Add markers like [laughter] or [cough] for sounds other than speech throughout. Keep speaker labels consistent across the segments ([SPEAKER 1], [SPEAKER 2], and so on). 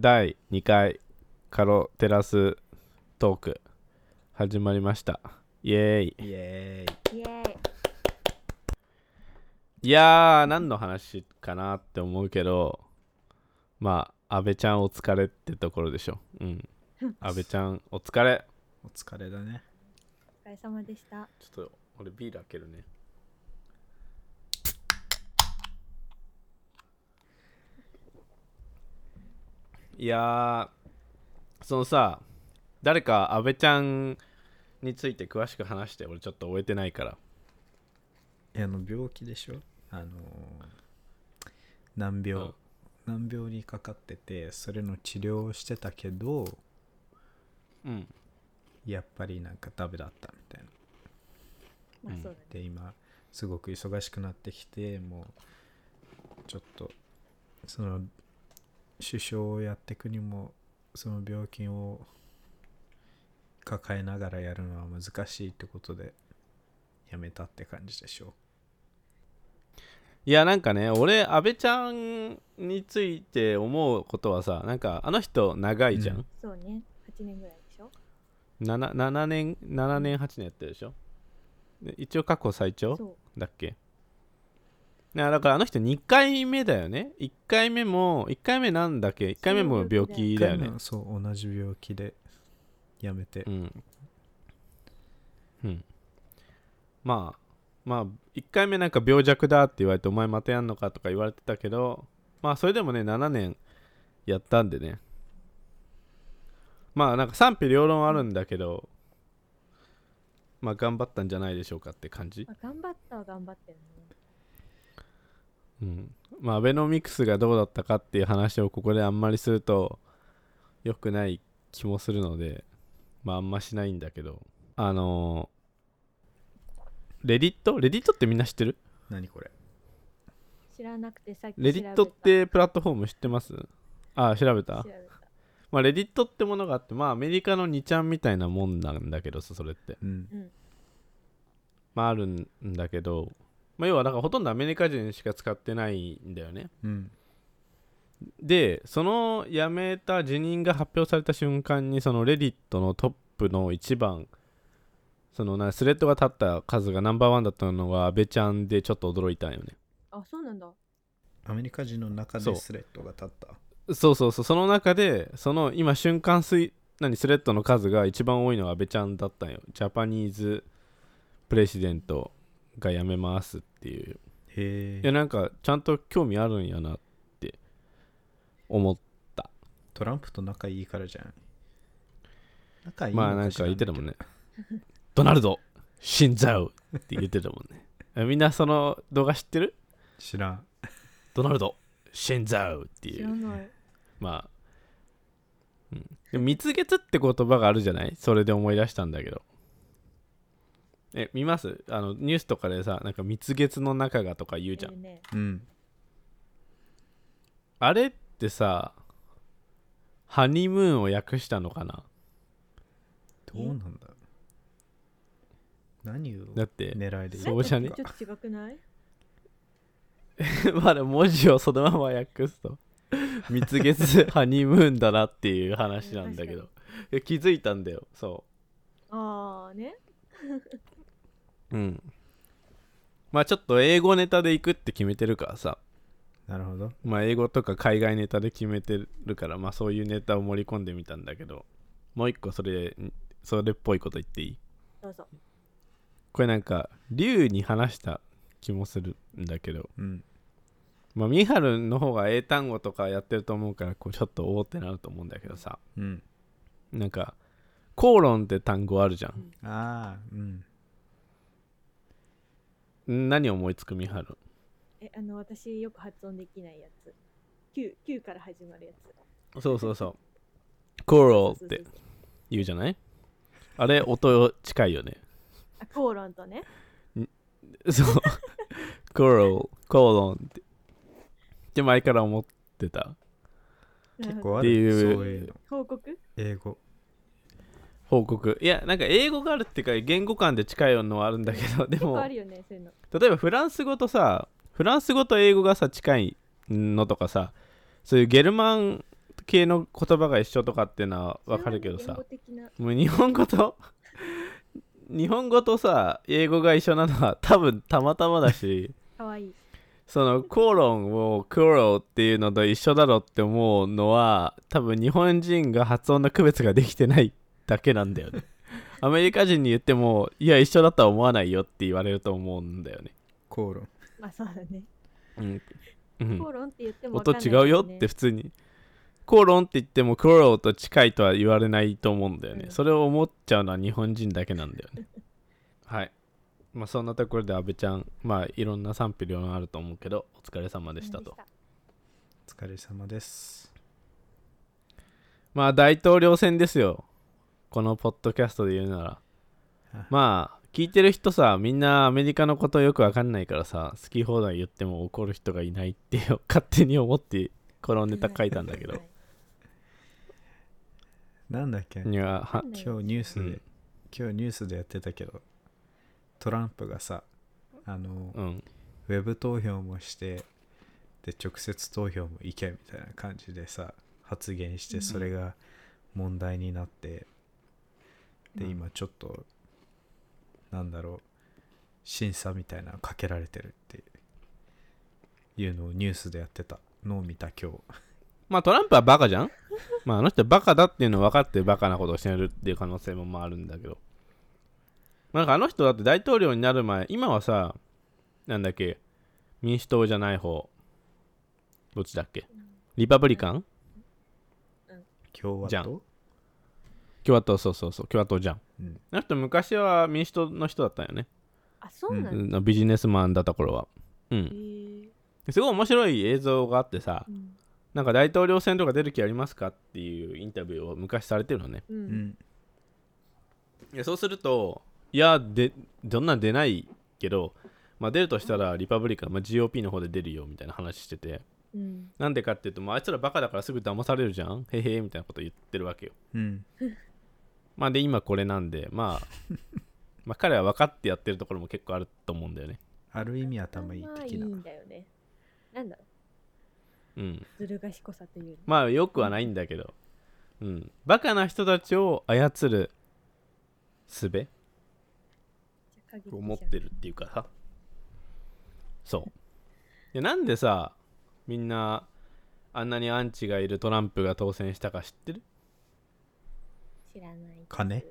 [SPEAKER 1] 第2回カロテラストーク始まりましたイエーイ
[SPEAKER 2] イエーイ
[SPEAKER 3] イエーイ
[SPEAKER 1] いやー何の話かなって思うけどまあ安倍ちゃんお疲れってところでしょうん安倍ちゃんお疲れ
[SPEAKER 2] お疲れだね
[SPEAKER 3] お疲れ様でした
[SPEAKER 1] ちょっと俺ビール開けるねいやーそのさ誰か安倍ちゃんについて詳しく話して俺ちょっと終えてないから
[SPEAKER 2] いやあの病気でしょあのー難病、難病にかかっててそれの治療をしてたけど
[SPEAKER 1] うん
[SPEAKER 2] やっぱりなんかダメだったみたいな
[SPEAKER 3] まあそう
[SPEAKER 2] で今すごく忙しくなってきてもうちょっとその首相をやっていくにもその病気を抱えながらやるのは難しいってことでやめたって感じでしょ
[SPEAKER 1] いやなんかね俺安倍ちゃんについて思うことはさなんかあの人長いじゃん、
[SPEAKER 3] だそうね8年ぐらいでしょ
[SPEAKER 1] 7, 7年7年8年やってるでしょで一応過去最長
[SPEAKER 3] そ
[SPEAKER 1] だっけなだからあの人2回目だよね1回目も1回目なんだっけ1回目も病気
[SPEAKER 2] う
[SPEAKER 1] だよね
[SPEAKER 2] 彼もそう同じ病気でやめて、
[SPEAKER 1] うん、うん、まあまあ1回目なんか病弱だって言われてお前またやんのかとか言われてたけどまあそれでもね7年やったんでねまあなんか賛否両論あるんだけどまあ頑張ったんじゃないでしょうかって感じ
[SPEAKER 3] う、まあ、頑張ったは頑張ってるね
[SPEAKER 1] うん、まあアベノミクスがどうだったかっていう話をここであんまりすると良くない気もするのでまああんましないんだけどあのーレディットレディットってみんな知ってる
[SPEAKER 2] 何これ
[SPEAKER 3] 知らなくてさっき調べ
[SPEAKER 1] レ
[SPEAKER 3] た
[SPEAKER 1] ディットってプラットフォーム知ってますああ調べた
[SPEAKER 3] 調べた
[SPEAKER 1] まあレディットってものがあってまあアメリカの2ちゃんみたいなもんなんだけどさそれって
[SPEAKER 2] うん
[SPEAKER 3] うん
[SPEAKER 1] まああるんだけどまあ要はだからほとんどアメリカ人しか使ってないんだよね
[SPEAKER 2] うん
[SPEAKER 1] でその辞めた辞任が発表された瞬間にそのレディットのトップの一番そのなスレッドが立った数がナンバーワンだったのが安倍ちゃんでちょっと驚いたんよね
[SPEAKER 3] あそうなんだ
[SPEAKER 2] アメリカ人の中
[SPEAKER 1] そ
[SPEAKER 2] で
[SPEAKER 1] う
[SPEAKER 2] スレッドが立った
[SPEAKER 1] そうそうそうその中でその今瞬間水何スレッドの数が一番多いのが安倍ちゃんだったんよジャパニーズプレシデントが辞めますっていう
[SPEAKER 2] へ
[SPEAKER 1] いや
[SPEAKER 2] え
[SPEAKER 1] なんかちゃんと興味あるんやなって思っ
[SPEAKER 2] トランプと仲いいからじゃん仲いいの
[SPEAKER 1] まあなんか言ってたもんね。ドナルド、死んじゃうって言ってたもんね。 [laughs] えみんなその動画知ってる
[SPEAKER 2] 知らん
[SPEAKER 1] ドナルド、死んじゃうって
[SPEAKER 3] 知
[SPEAKER 1] い
[SPEAKER 3] ら
[SPEAKER 1] う。
[SPEAKER 3] ない
[SPEAKER 1] まあ。うん、でも蜜月って言葉があるじゃないそれで思い出したんだけど。え、見ますあのニュースとかでさ、なんか蜜月の中がとか言うじゃん
[SPEAKER 3] い。るね
[SPEAKER 2] うん
[SPEAKER 1] あれってさ、ハニムーンを訳したのかな
[SPEAKER 2] どうなんだ何を
[SPEAKER 1] だって、
[SPEAKER 2] 狙いで
[SPEAKER 1] そうじゃね
[SPEAKER 3] ちょっと違くない
[SPEAKER 1] [laughs] まだ文字をそのまま訳すと [laughs] 蜜月ハニムーンだなっていう話なんだけど
[SPEAKER 3] うん
[SPEAKER 1] いや気づいたんだよそ
[SPEAKER 3] ああね
[SPEAKER 1] ううんまあちょっと英語ネタで行くって決めてるからさ
[SPEAKER 2] なるほど
[SPEAKER 1] まあ英語とか海外ネタで決めてるからまあそういうネタを盛り込んでみたんだけどもう一個それそれっぽいこと言っていい
[SPEAKER 3] どうぞ
[SPEAKER 1] これなんか龍に話した気もするんだけど
[SPEAKER 2] うん
[SPEAKER 1] まあミハルの方が英単語とかやってると思うからこうちょっとおおってなると思うんだけどさ
[SPEAKER 2] うん
[SPEAKER 1] なんか口論って単語あるじゃん
[SPEAKER 2] ああうん
[SPEAKER 1] 何思いつくみはる
[SPEAKER 3] えあの私よく発音できないやつ Q, Q から始まるやつ
[SPEAKER 1] そうそうそうコロっ
[SPEAKER 3] そうそう
[SPEAKER 1] て
[SPEAKER 3] そう
[SPEAKER 1] 言うじゃないあれ音近いよね
[SPEAKER 3] あ口論とね
[SPEAKER 1] そうコロコロンってって前から思ってた
[SPEAKER 2] 結
[SPEAKER 3] なる
[SPEAKER 2] 構あ
[SPEAKER 1] って
[SPEAKER 2] る
[SPEAKER 1] いう
[SPEAKER 2] そういうの
[SPEAKER 3] ほど報告
[SPEAKER 2] 英語
[SPEAKER 1] 報告いやなんか英語があるっていうか言語間で近いのはあるんだけどで
[SPEAKER 3] 結構
[SPEAKER 1] も
[SPEAKER 3] あるよねそういうの
[SPEAKER 1] 例えばフランス語とさフランス語と英語がさ近いのとかさそういうゲルマン系の言葉が一緒とかっていうのはわかるけど
[SPEAKER 3] それ
[SPEAKER 1] さ
[SPEAKER 3] はね言語的な
[SPEAKER 1] もう日本語と [laughs] 日本語とさ英語が一緒なのは多分たまたまだ [laughs] し
[SPEAKER 3] 可愛い。
[SPEAKER 1] その口論をクロっていうのと一緒だろって思うのは多分日本人が発音の区別ができてないだけなんだよ [laughs] ねアメリカ人に言ってもいや一緒だとは思わないよって言われると思うんだよね
[SPEAKER 2] 口論
[SPEAKER 3] まあそうだね。
[SPEAKER 1] うん、うん
[SPEAKER 3] 口論って言ってもわ
[SPEAKER 1] 音
[SPEAKER 3] かんないし
[SPEAKER 1] 違
[SPEAKER 3] ね
[SPEAKER 1] うよって普通に口論って言ってもクロロと近いとは言われないと思うんだよね、
[SPEAKER 3] うん
[SPEAKER 1] それを思っちゃうのは日本人だけなんだよ
[SPEAKER 3] [laughs]
[SPEAKER 1] ねはいまあそんなところで阿部ちゃんまあいろんな賛否両論あると思うけどお疲れ様でしたと
[SPEAKER 2] お疲れ様です
[SPEAKER 1] まあ大統領選ですよこのポッドキャストで言うなら
[SPEAKER 2] はい
[SPEAKER 1] まあ聞いてる人さみんなアメリカのことよくわかんないからさ好き放題言っても怒る人がいないってよ勝手に思ってこのネタ書いたんだけど
[SPEAKER 3] [laughs] はい
[SPEAKER 2] なんだっけ
[SPEAKER 1] いやは
[SPEAKER 2] 今日ニュースで、
[SPEAKER 1] うん
[SPEAKER 2] 今日ニュースでやってたけどトランプがさあの、
[SPEAKER 1] うん
[SPEAKER 2] ウェブ投票もしてで直接投票も行けみたいな感じでさ発言し
[SPEAKER 3] う
[SPEAKER 2] て
[SPEAKER 3] ん
[SPEAKER 2] それが問題になって、
[SPEAKER 1] う
[SPEAKER 2] で
[SPEAKER 1] ん
[SPEAKER 2] 今ちょっとなんだろう審査みたいなのかけられてるっていうのをニュースでやってたのを見た今日
[SPEAKER 1] まあトランプはバカじゃん [laughs] まああの人バカだっていうの分かってバカなことをしてるっていう可能性もまああるんだけどなんかあの人だって大統領になる前今はさなんだっけ民主党じゃない方どっちだっけリパブリカン
[SPEAKER 2] 今日
[SPEAKER 1] じゃ
[SPEAKER 2] は
[SPEAKER 1] ん
[SPEAKER 2] と
[SPEAKER 1] 共和党そうそうそう共和党じゃん
[SPEAKER 2] うん
[SPEAKER 1] あの人昔は民主党の人だったよね、
[SPEAKER 3] あそうな
[SPEAKER 2] うん
[SPEAKER 3] だ。
[SPEAKER 1] ビジネスマンだった頃はう
[SPEAKER 3] へ
[SPEAKER 1] ん
[SPEAKER 3] ー
[SPEAKER 1] すごい面白い映像があってさ
[SPEAKER 3] うん
[SPEAKER 1] なんか大統領選とか出る気ありますかっていうインタビューを昔されてるのね
[SPEAKER 3] う。
[SPEAKER 2] うんん
[SPEAKER 1] いやそうするといやでどんなん出ないけど、まあ、出るとしたらリパブリカン、まあ、GOP の方で出るよみたいな話してて
[SPEAKER 3] うん。
[SPEAKER 1] なんでかっていうと、まあ、あいつらバカだからすぐ騙されるじゃんへへみたいなこと言ってるわけよ
[SPEAKER 2] うん
[SPEAKER 1] まあで今これなんで、まあ、まあ彼は分かってやってるところも結構あると思うんだよね
[SPEAKER 2] ある意味頭いい的
[SPEAKER 3] 頭
[SPEAKER 2] ない
[SPEAKER 3] いんだよね。なんだろ
[SPEAKER 1] うん
[SPEAKER 3] うずる賢さというの。
[SPEAKER 1] まあよくはないんだけどうんバカな人たちを操る術を持ってるっていうかさそうでなんでさみんなあんなにアンチがいるトランプが当選したか知ってる
[SPEAKER 3] 知らないです。
[SPEAKER 2] 金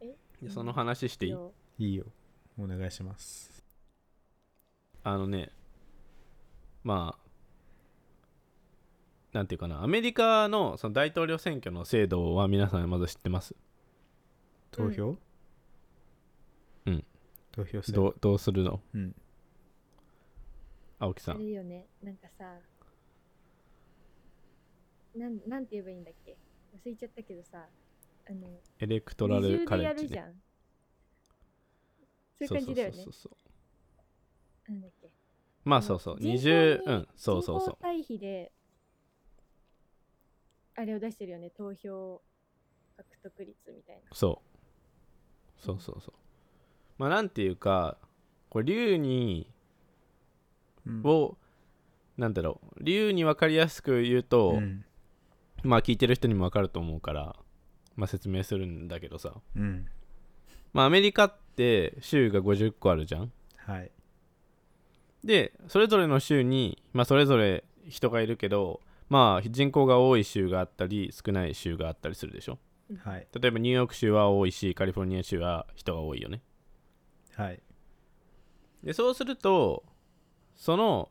[SPEAKER 3] え
[SPEAKER 1] いやその話していい
[SPEAKER 3] よ
[SPEAKER 2] いいよお願いします
[SPEAKER 1] あのねまあなんていうかなアメリカのその大統領選挙の制度は皆さんまず知ってます
[SPEAKER 2] 投票
[SPEAKER 1] うん
[SPEAKER 2] 投票する
[SPEAKER 1] どうどうするの
[SPEAKER 2] うん
[SPEAKER 1] 青木さ
[SPEAKER 3] あ
[SPEAKER 1] ん
[SPEAKER 3] れよねなんかさなんなんて言えばいいんだっけ忘れちゃったけどさあの
[SPEAKER 1] エレクトラルカレ
[SPEAKER 3] や
[SPEAKER 1] ッ
[SPEAKER 3] る
[SPEAKER 1] ジ、
[SPEAKER 3] じゃ
[SPEAKER 1] ね、
[SPEAKER 3] ん、そういう感じだよね
[SPEAKER 1] そうそうそうそう
[SPEAKER 3] なんだっけ
[SPEAKER 1] まあそうそう
[SPEAKER 3] 人口に
[SPEAKER 1] 20うんそうそうそう
[SPEAKER 3] 人口対比であれを出してるよね投票獲得率みたいな
[SPEAKER 1] そうそうそうそうまあなんていうかこれ竜に
[SPEAKER 2] うん
[SPEAKER 1] をなんだろう竜に分かりやすく言うと、
[SPEAKER 2] うん
[SPEAKER 1] まあ聞いてる人にも分かると思うから、まあ、説明するんだけどさ
[SPEAKER 2] うん
[SPEAKER 1] まあアメリカって州が50個あるじゃん
[SPEAKER 2] はい
[SPEAKER 1] でそれぞれの州に、まあ、それぞれ人がいるけどまあ人口が多い州があったり少ない州があったりするでしょ
[SPEAKER 2] はい
[SPEAKER 1] 例えばニューヨーク州は多いしカリフォルニア州は人が多いよね
[SPEAKER 2] はい
[SPEAKER 1] でそうするとその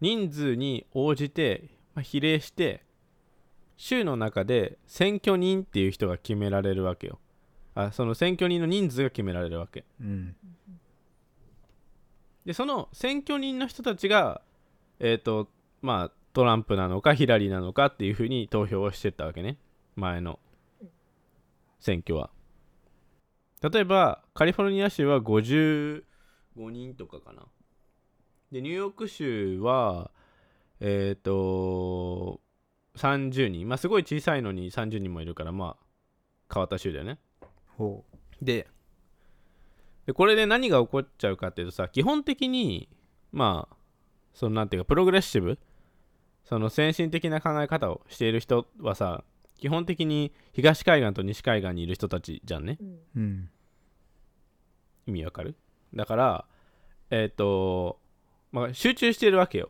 [SPEAKER 1] 人数に応じて、まあ、比例して州の中で選挙人っていう人が決められるわけよあその選挙人の人数が決められるわけ
[SPEAKER 2] うん
[SPEAKER 1] でその選挙人の人たちがえっ、とまあトランプなのかヒラリーなのかっていうふうに投票をしてったわけね前の選挙は例えばカリフォルニア州は55人とかかなでニューヨーク州はえっ、と30人まあすごい小さいのに30人もいるからまあ変わった州だよね
[SPEAKER 2] ほう
[SPEAKER 1] ででこれで何が起こっちゃうかっていうとさ基本的にまあそのなんていうかプログレッシブその先進的な考え方をしている人はさ基本的に東海岸と西海岸にいる人たちじゃんね
[SPEAKER 3] うん
[SPEAKER 2] うん
[SPEAKER 1] 意味わかるだからえっ、と、まあ、集中してるわけよ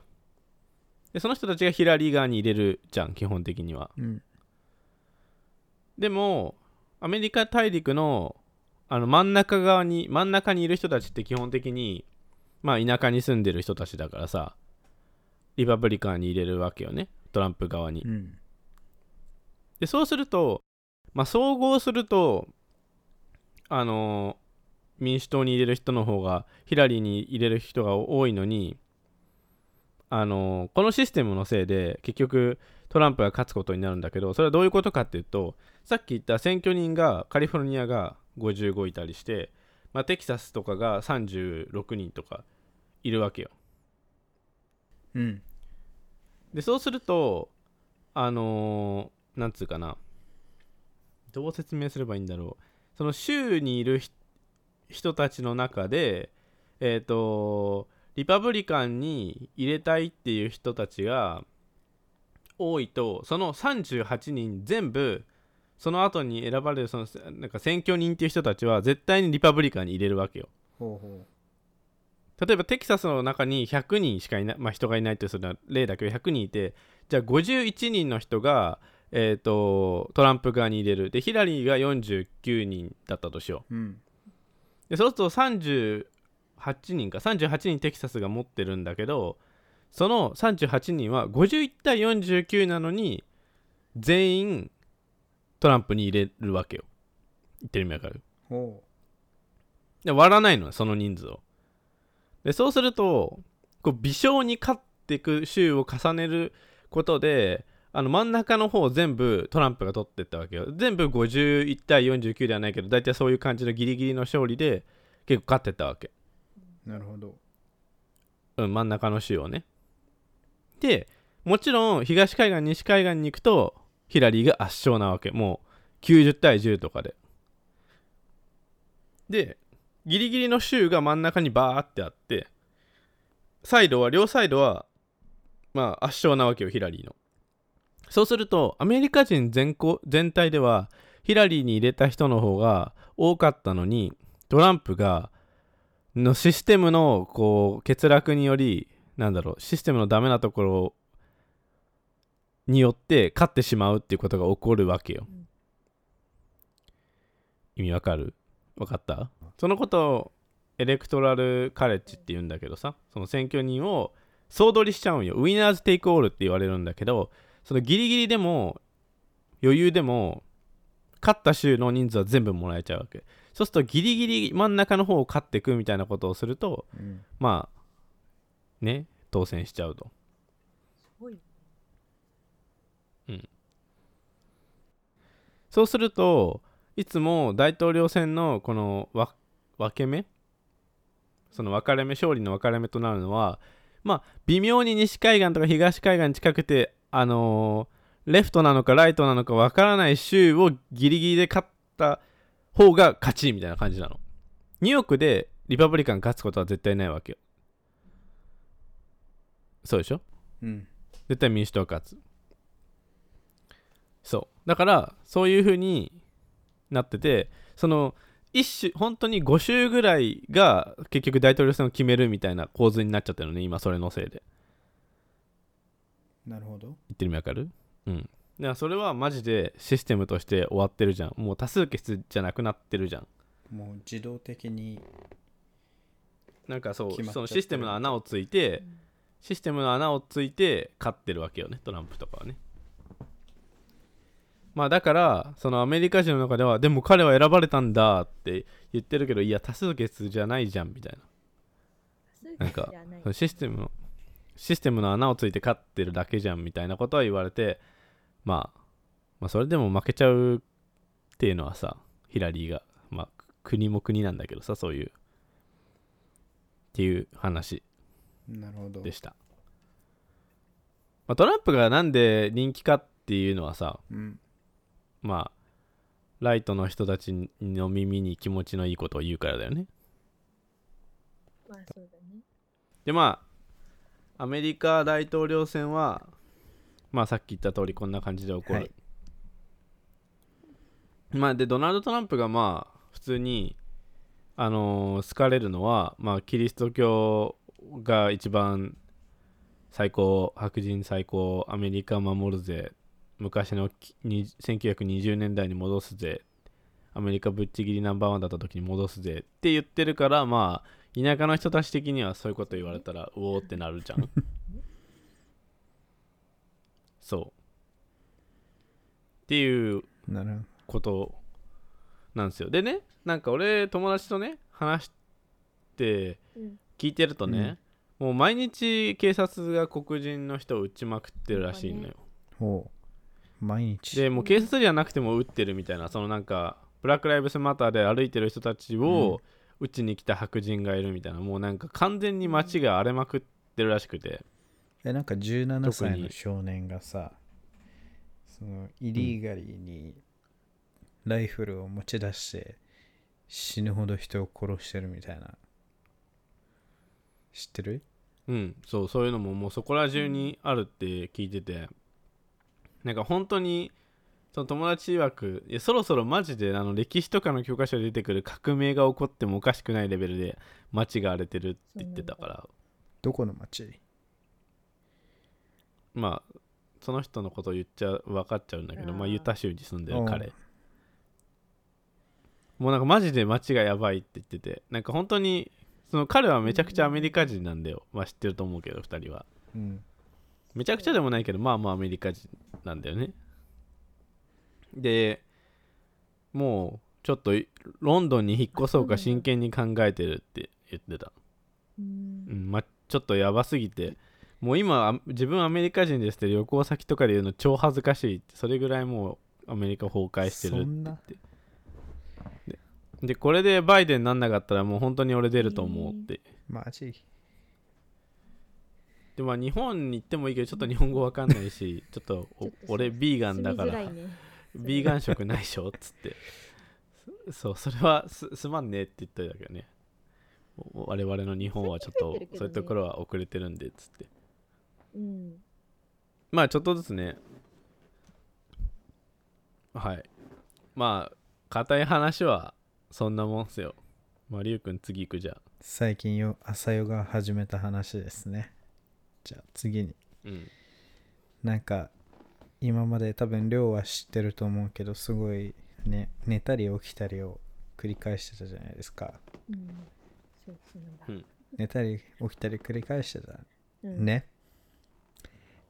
[SPEAKER 1] でその人たちがヒラリー側に入れるじゃん基本的には
[SPEAKER 2] うん
[SPEAKER 1] でもアメリカ大陸のあの真ん中側に真ん中にいる人たちって基本的にまあ田舎に住んでる人たちだからさリパブリカンに入れるわけよねトランプ側に
[SPEAKER 2] うん
[SPEAKER 1] でそうすると、まあ、総合するとあのー民主党に入れる人の方がヒラリーに入れる人が多いのにあのーこのシステムのせいで結局トランプが勝つことになるんだけどそれはどういうことかっていうとさっき言った選挙人がカリフォルニアが55いたりして、まあ、テキサスとかが36人とかいるわけよ。
[SPEAKER 2] うん
[SPEAKER 1] でそうするとあのーなんつうかなどう説明すればいいんだろうその州にいるひ人たちの中でえっ、とリパブリカンに入れたいっていう人たちが多いとその38人全部その後に選ばれるそのなんか選挙人っていう人たちは絶対にリパブリカンに入れるわけよ
[SPEAKER 2] ほうほ
[SPEAKER 1] 例えばテキサスの中に100人しかいない、まあ、人がいないとする例だけど100人いてじゃあ51人の人が、えー、とトランプ側に入れるでヒラリーが49人だったとしよ
[SPEAKER 2] ううん
[SPEAKER 1] うでそうすると38人か38人テキサスが持ってるんだけどその38人は51対49なのに全員トランプに入れるわけよ言ってる意味わかる
[SPEAKER 2] ほ
[SPEAKER 1] で割らないのよその人数をでそうするとこう微小に勝っていく週を重ねることであの真ん中の方を全部トランプが取ってったわけよ全部51対49ではないけど大体そういう感じのギリギリの勝利で結構勝ってったわけ
[SPEAKER 2] うなるほど
[SPEAKER 1] うん、真ん中の州をね。で、もちろん東海岸、西海岸に行くとヒラリーが圧勝なわけ。もう90対10とかで。で、ギリギリの州が真ん中にバーってあって、サイドは、両サイドは、まあ圧勝なわけよ、ヒラリーの。そうすると、アメリカ人全こ全体では、ヒラリーに入れた人の方が多かったのに、トランプがのシステムのこう欠落によりなんだろうシステムのダメなところによって勝ってしまうっていうことが起こるわけよ
[SPEAKER 3] うん。
[SPEAKER 1] 意味わかるわかったそのことをエレクトラルカレッジって言うんだけどさその選挙人を総取りしちゃうんよウィナーズ・テイク・オールって言われるんだけどそのギリギリでも余裕でも勝った州の人数は全部もらえちゃうわけそうするとギリギリ真ん中の方を勝っていくみたいなことをすると
[SPEAKER 2] うん
[SPEAKER 1] まあね当選しちゃうと
[SPEAKER 3] すごいね。
[SPEAKER 1] そうするといつも大統領選のこのわ分け目その分かれ目勝利の分かれ目となるのはまあ微妙に西海岸とか東海岸に近くてあのーレフトなのかライトなのか分からない州をギリギリで勝った方が勝ちみたいな感じなのニューヨークでリパブリカン勝つことは絶対ないわけよそうでしょ
[SPEAKER 2] うん
[SPEAKER 1] 絶対民主党が勝つそうだからそういう風になっててその一種本当に5州ぐらいが結局大統領選を決めるみたいな構図になっちゃってるのね今それのせいで
[SPEAKER 2] なるほど
[SPEAKER 1] 言ってる意味わかるうんだからそれはマジでシステムとして終わってるじゃんもう多数決じゃなくなってるじゃん
[SPEAKER 2] もう自動的に
[SPEAKER 1] なんかそう
[SPEAKER 2] 決まっちゃってる
[SPEAKER 1] そのシステムの穴をついてシステムの穴をついて勝ってるわけよねトランプとかはねまあだからそのアメリカ人の中ではでも彼は選ばれたんだって言ってるけどいや多数決じゃないじゃんみたいな
[SPEAKER 3] 多数
[SPEAKER 1] なんか
[SPEAKER 3] 決じゃない
[SPEAKER 1] そのシステムのシステムの穴をついて勝ってるだけじゃんみたいなことは言われて、まあ、まあそれでも負けちゃうっていうのはさヒラリーがまあ国も国なんだけどさそういうっていう話
[SPEAKER 2] なるほど
[SPEAKER 1] でした、まあ、トランプがなんで人気かっていうのはさ
[SPEAKER 2] うん
[SPEAKER 1] まあライトの人たちの耳に気持ちのいいことを言うからだよね
[SPEAKER 3] まあそうだね。
[SPEAKER 1] でまあアメリカ大統領選はまあさっき言った通りこんな感じで起こる、
[SPEAKER 2] はい
[SPEAKER 1] まあでドナルド・トランプがまあ普通にあのー好かれるのはまあキリスト教が一番最高白人最高アメリカ守るぜ昔のきに1920年代に戻すぜアメリカぶっちぎりナンバーワンだった時に戻すぜって言ってるからまあ田舎の人たち的にはそういうこと言われたらうおーってなるじゃんそうっていう
[SPEAKER 2] なるほど
[SPEAKER 1] ことなんですよでねなんか俺友達とね話して
[SPEAKER 3] うん
[SPEAKER 1] 聞いてるとね、もう毎日警察が黒人の人を撃ちまくってるらしいのよ、
[SPEAKER 2] ほう毎日
[SPEAKER 1] でもう警察じゃなくても撃ってるみたいなそのなんかブラック・ライブスマターで歩いてる人たちを撃ちに来た白人がいるみたいなもうなんか完全に街が荒れまくってるらしくて
[SPEAKER 2] えなんか17
[SPEAKER 1] 特
[SPEAKER 2] 歳
[SPEAKER 1] に
[SPEAKER 2] の少年がさそのイリーガリーにライフルを持ち出して死ぬほど人を殺してるみたいな知ってる
[SPEAKER 1] うんそうそういうのももうそこら中にあるって聞いててなんか本当にその友達曰くいやそろそろマジであの歴史とかの教科書で出てくる革命が起こってもおかしくないレベルで街が荒れてるって言ってたから
[SPEAKER 2] どこの町
[SPEAKER 1] まあその人のことを言っちゃ分かっちゃうんだけど
[SPEAKER 3] あー
[SPEAKER 1] まあ、ユタ州に住んで
[SPEAKER 2] う
[SPEAKER 1] る
[SPEAKER 2] ん
[SPEAKER 1] 彼もうなんかマジで街がやばいって言っててなんか本当にその彼はめちゃくちゃアメリカ人なんだよ、まあ知ってると思うけど2人は
[SPEAKER 2] うん
[SPEAKER 1] めちゃくちゃでもないけどまあまあアメリカ人なんだよねでもうちょっといロンドンに引っ越そうか
[SPEAKER 3] あそう
[SPEAKER 1] 真
[SPEAKER 3] なんだ
[SPEAKER 1] 剣に考えてるって言ってた
[SPEAKER 3] うん
[SPEAKER 1] うんま、ちょっとやばすぎてもう今あ自分アメリカ人ですって旅行先とかで言うの超恥ずかしいってそれぐらいもうアメリカ崩壊して
[SPEAKER 2] そ
[SPEAKER 1] る
[SPEAKER 2] んな
[SPEAKER 1] でこれでバイデンなんなかったらもう本当に俺出ると思うって、
[SPEAKER 2] マジ
[SPEAKER 1] でまあ日本に行ってもいいけどちょっと日本語わかんないしちょっとお
[SPEAKER 3] ちょっとそう
[SPEAKER 1] 俺ビーガン
[SPEAKER 3] 住
[SPEAKER 1] だ
[SPEAKER 3] み
[SPEAKER 1] か
[SPEAKER 3] づ
[SPEAKER 1] ら
[SPEAKER 3] らいね。
[SPEAKER 1] ビーガン食ないでしょっつってそそうそれはすすまんねって言ったんだけどねお我々の日本はちょっと
[SPEAKER 3] 最近増えてるけどね
[SPEAKER 1] そういうところは遅れてるんでっつって
[SPEAKER 3] うん。
[SPEAKER 1] まあちょっとずつねはいまあ硬い話はそんなもんっすよまありゅうくん次行くじゃあ
[SPEAKER 2] 最近よ朝ヨガ始めた話ですねじゃあ次に
[SPEAKER 1] うん
[SPEAKER 2] なんか今まで多分量は知ってると思うけどすごいね寝たり起きたりを繰り返してたじゃないですか
[SPEAKER 3] うん。そうそうなんだ
[SPEAKER 1] うん。
[SPEAKER 2] 寝たり起きたり繰り返してた
[SPEAKER 3] うん。
[SPEAKER 2] ね、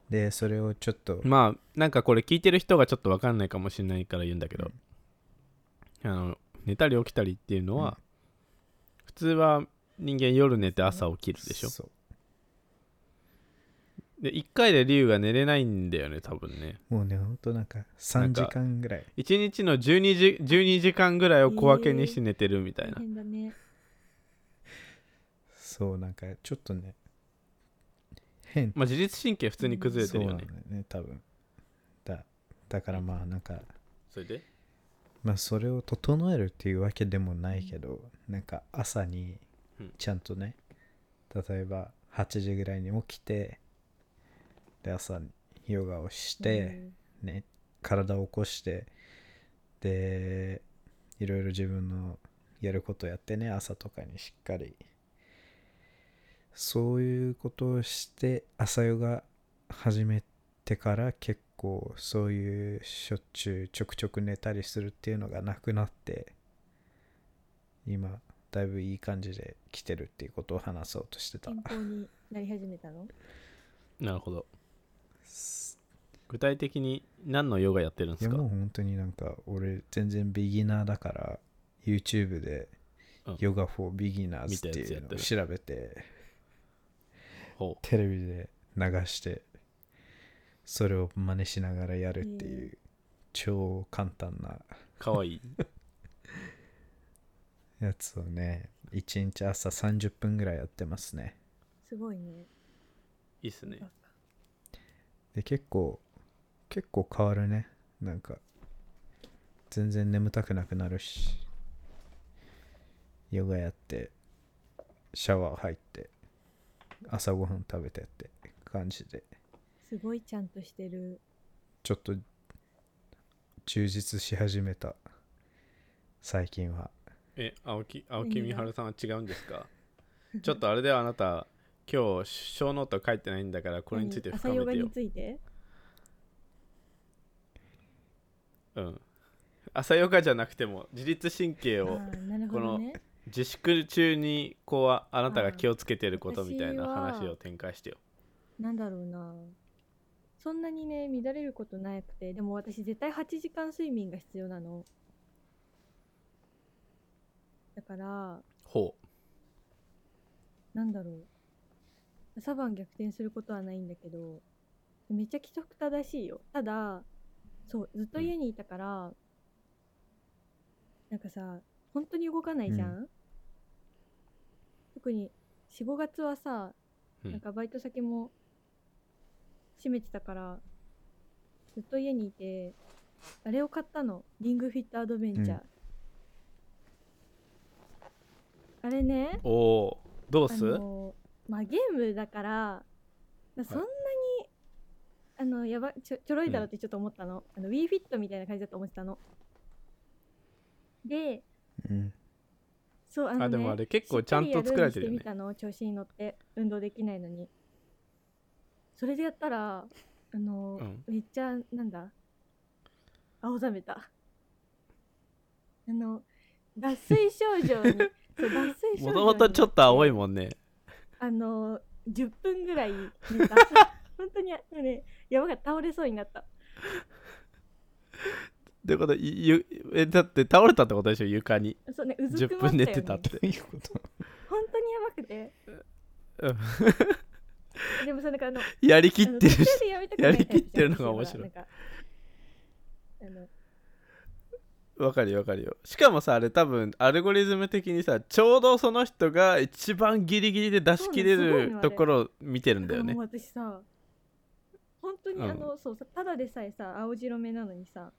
[SPEAKER 2] でそれをちょっと、
[SPEAKER 1] まあなんかこれ聞いてる人がちょっと分かんないかもしれないから言うんだけど、あの寝たり起きたりっていうのは、普通は人間夜寝て朝起きるでしょ
[SPEAKER 2] そ
[SPEAKER 1] で1回で竜が寝れないんだよね多分ね
[SPEAKER 2] うもうねほんとなんか
[SPEAKER 1] な
[SPEAKER 2] 3
[SPEAKER 1] んか
[SPEAKER 2] 時間ぐらい
[SPEAKER 1] 1日の12時 ,12 時間ぐらいを小分けにして寝てるみたい
[SPEAKER 3] 大
[SPEAKER 1] な、
[SPEAKER 3] 変だね。
[SPEAKER 2] そうなんかちょっとね変
[SPEAKER 1] まあ自律神経普通に崩れて
[SPEAKER 2] そう
[SPEAKER 1] るよ
[SPEAKER 2] なんだ
[SPEAKER 1] ね
[SPEAKER 2] よね多分だだからまあなんか
[SPEAKER 1] それで
[SPEAKER 2] まあそれを整えるっていうわけでもないけどなんか朝に
[SPEAKER 1] うん
[SPEAKER 2] ちゃんとね例えば8時ぐらいに起きてで朝にヨガをして、ね、体を起こしてでいろいろ自分のやることやってね朝とかにしっかりそういうことをして朝ヨガ始めてから結構そういうしょっちゅうちょくちょく寝たりするっていうのがなくなって今だいぶいい感じで来てるっていうことを話そうとしてた
[SPEAKER 3] 健康になり始めたの？
[SPEAKER 1] なるほど具体的に何のヨガやってるんで
[SPEAKER 2] い
[SPEAKER 1] す
[SPEAKER 2] や
[SPEAKER 1] か
[SPEAKER 2] もう本当になんか俺全然ビギナーだから YouTube で
[SPEAKER 1] うん
[SPEAKER 2] ヨガフォービギナー
[SPEAKER 1] 見
[SPEAKER 2] ズ
[SPEAKER 1] た
[SPEAKER 2] っ
[SPEAKER 1] や
[SPEAKER 2] て
[SPEAKER 1] つ
[SPEAKER 2] い
[SPEAKER 1] や
[SPEAKER 2] う
[SPEAKER 1] っ
[SPEAKER 2] の
[SPEAKER 1] て
[SPEAKER 2] を
[SPEAKER 1] る
[SPEAKER 2] 調べて
[SPEAKER 1] ほ
[SPEAKER 2] テレビで流してそれを真似しながらやるっていう超簡単な
[SPEAKER 1] うかわいい
[SPEAKER 2] やつをね1日朝30分ぐらいやってますね
[SPEAKER 3] すごいね。
[SPEAKER 1] いいっすね
[SPEAKER 2] で結構結構変わるねなんか全然眠たくなくなるしヨガやってシャワー入って朝ごはん食べてって感じです
[SPEAKER 3] すごいちゃんとしてる。
[SPEAKER 2] ちょっと充実し始めた最近は
[SPEAKER 1] え、青木青木
[SPEAKER 3] 何
[SPEAKER 1] 美
[SPEAKER 3] が
[SPEAKER 1] 晴さんは違うんですかちょっとあれではあなた、今日、小ノート書いてないんだから、これについて
[SPEAKER 3] 何
[SPEAKER 1] 深め
[SPEAKER 3] 朝
[SPEAKER 1] て
[SPEAKER 3] ヨガ
[SPEAKER 1] よ
[SPEAKER 3] に。ついて
[SPEAKER 1] うん。朝ヨガじゃなくても、自律神経
[SPEAKER 3] あ
[SPEAKER 1] を
[SPEAKER 3] ーなるほどね。
[SPEAKER 1] 自粛中に、こうは、あなた
[SPEAKER 3] あ
[SPEAKER 1] が
[SPEAKER 3] ー
[SPEAKER 1] 気をつけてることみたいな
[SPEAKER 3] 私は
[SPEAKER 1] 話を展開してよ。
[SPEAKER 3] なんだろうな。そんなにね、乱れることなくて、でも私絶対8時間睡眠が必要なの。だから、
[SPEAKER 1] ほう。
[SPEAKER 3] なんだろう。朝晩逆転することはないんだけど、めちゃ規則正しいよ。ただ、そう、ずっと家にいたから、なんかさ、本当に動かないじゃん、特に4、5月はさ、
[SPEAKER 1] うん
[SPEAKER 3] なんかバイト先も閉めてたから、ずっと家にいて、あれを買ったの。リングフィットアドベンチャー。あれね、
[SPEAKER 1] おおー、どうす
[SPEAKER 3] あのまあゲームだから、まあそんなに、あのやばちょちょろいだろってちょっと思ったの,、あの WeFit みたいな感じだと思ってたので
[SPEAKER 2] うん
[SPEAKER 3] そうあの、ね、
[SPEAKER 1] あ、でもあれ結構ちゃんと作られてるよ
[SPEAKER 3] しっ
[SPEAKER 1] ね
[SPEAKER 3] かり。やるようにしてみたの調子に乗って運動できないのにそれでやったらあの、
[SPEAKER 1] うん
[SPEAKER 3] めっちゃなんだ青ざめたあの脱水症状にそう脱水症状
[SPEAKER 1] も
[SPEAKER 3] に
[SPEAKER 1] ともとちょっと青い
[SPEAKER 3] ん
[SPEAKER 1] もんね。
[SPEAKER 3] あの10分ぐらい寝
[SPEAKER 1] [laughs]
[SPEAKER 3] た本当にあのねやばかった倒れそうになった
[SPEAKER 1] ということいゆえだって倒れたってことでしょ床に
[SPEAKER 3] そうねうずく
[SPEAKER 1] 10
[SPEAKER 3] まったよ、
[SPEAKER 1] 分
[SPEAKER 3] ね、
[SPEAKER 1] 寝てたって
[SPEAKER 2] どういうこと
[SPEAKER 3] 本当にやばくて
[SPEAKER 1] うん [laughs]
[SPEAKER 3] でもさなんかあの
[SPEAKER 1] やりき
[SPEAKER 3] 切
[SPEAKER 1] ってるし
[SPEAKER 3] やめたくない
[SPEAKER 1] やりきってるのが面白い
[SPEAKER 3] タイプじゃんなんか
[SPEAKER 1] わかるよわかるよしかもさあれ多分アルゴリズム的にさちょうどその人が一番ギリギリで出し切れ
[SPEAKER 3] そうねすごいの
[SPEAKER 1] る
[SPEAKER 3] あれ
[SPEAKER 1] ところを見てる
[SPEAKER 3] あの
[SPEAKER 1] んだよね
[SPEAKER 3] もう私さ本当に
[SPEAKER 1] うん
[SPEAKER 3] あの、そうさただでさえさ青白目なのにさ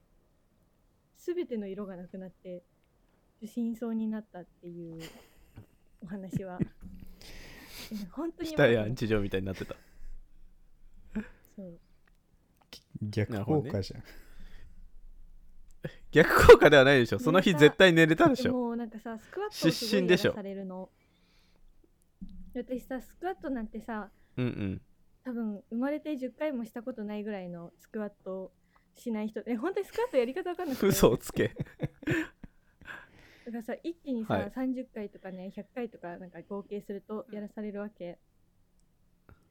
[SPEAKER 3] 全ての色がなくなって真相になったっていうお
[SPEAKER 1] [laughs]
[SPEAKER 3] 話はえ本当に
[SPEAKER 1] 下
[SPEAKER 3] やばか
[SPEAKER 1] や
[SPEAKER 3] った
[SPEAKER 1] アンチ状みたいになってた
[SPEAKER 3] そう
[SPEAKER 2] 逆効果じゃん、
[SPEAKER 1] 逆効果ではないでしょ
[SPEAKER 3] 寝た
[SPEAKER 1] その日絶対寝れたでしょ
[SPEAKER 3] もうなんかさスクワットをす
[SPEAKER 1] 失
[SPEAKER 3] ご
[SPEAKER 1] 神
[SPEAKER 3] い
[SPEAKER 1] で
[SPEAKER 3] や
[SPEAKER 1] しょ
[SPEAKER 3] らされるの私さスクワットなんてさ
[SPEAKER 1] うんうん
[SPEAKER 3] 多分生まれて10回もしたことないぐらいのスクワットをしない人え本当にスクワットやり方わかんなくて
[SPEAKER 1] 嘘をつけ [laughs]
[SPEAKER 3] だからさ一気にさ、
[SPEAKER 1] はい
[SPEAKER 3] 30回とかね100回とかなんか合計するとやらされるわけ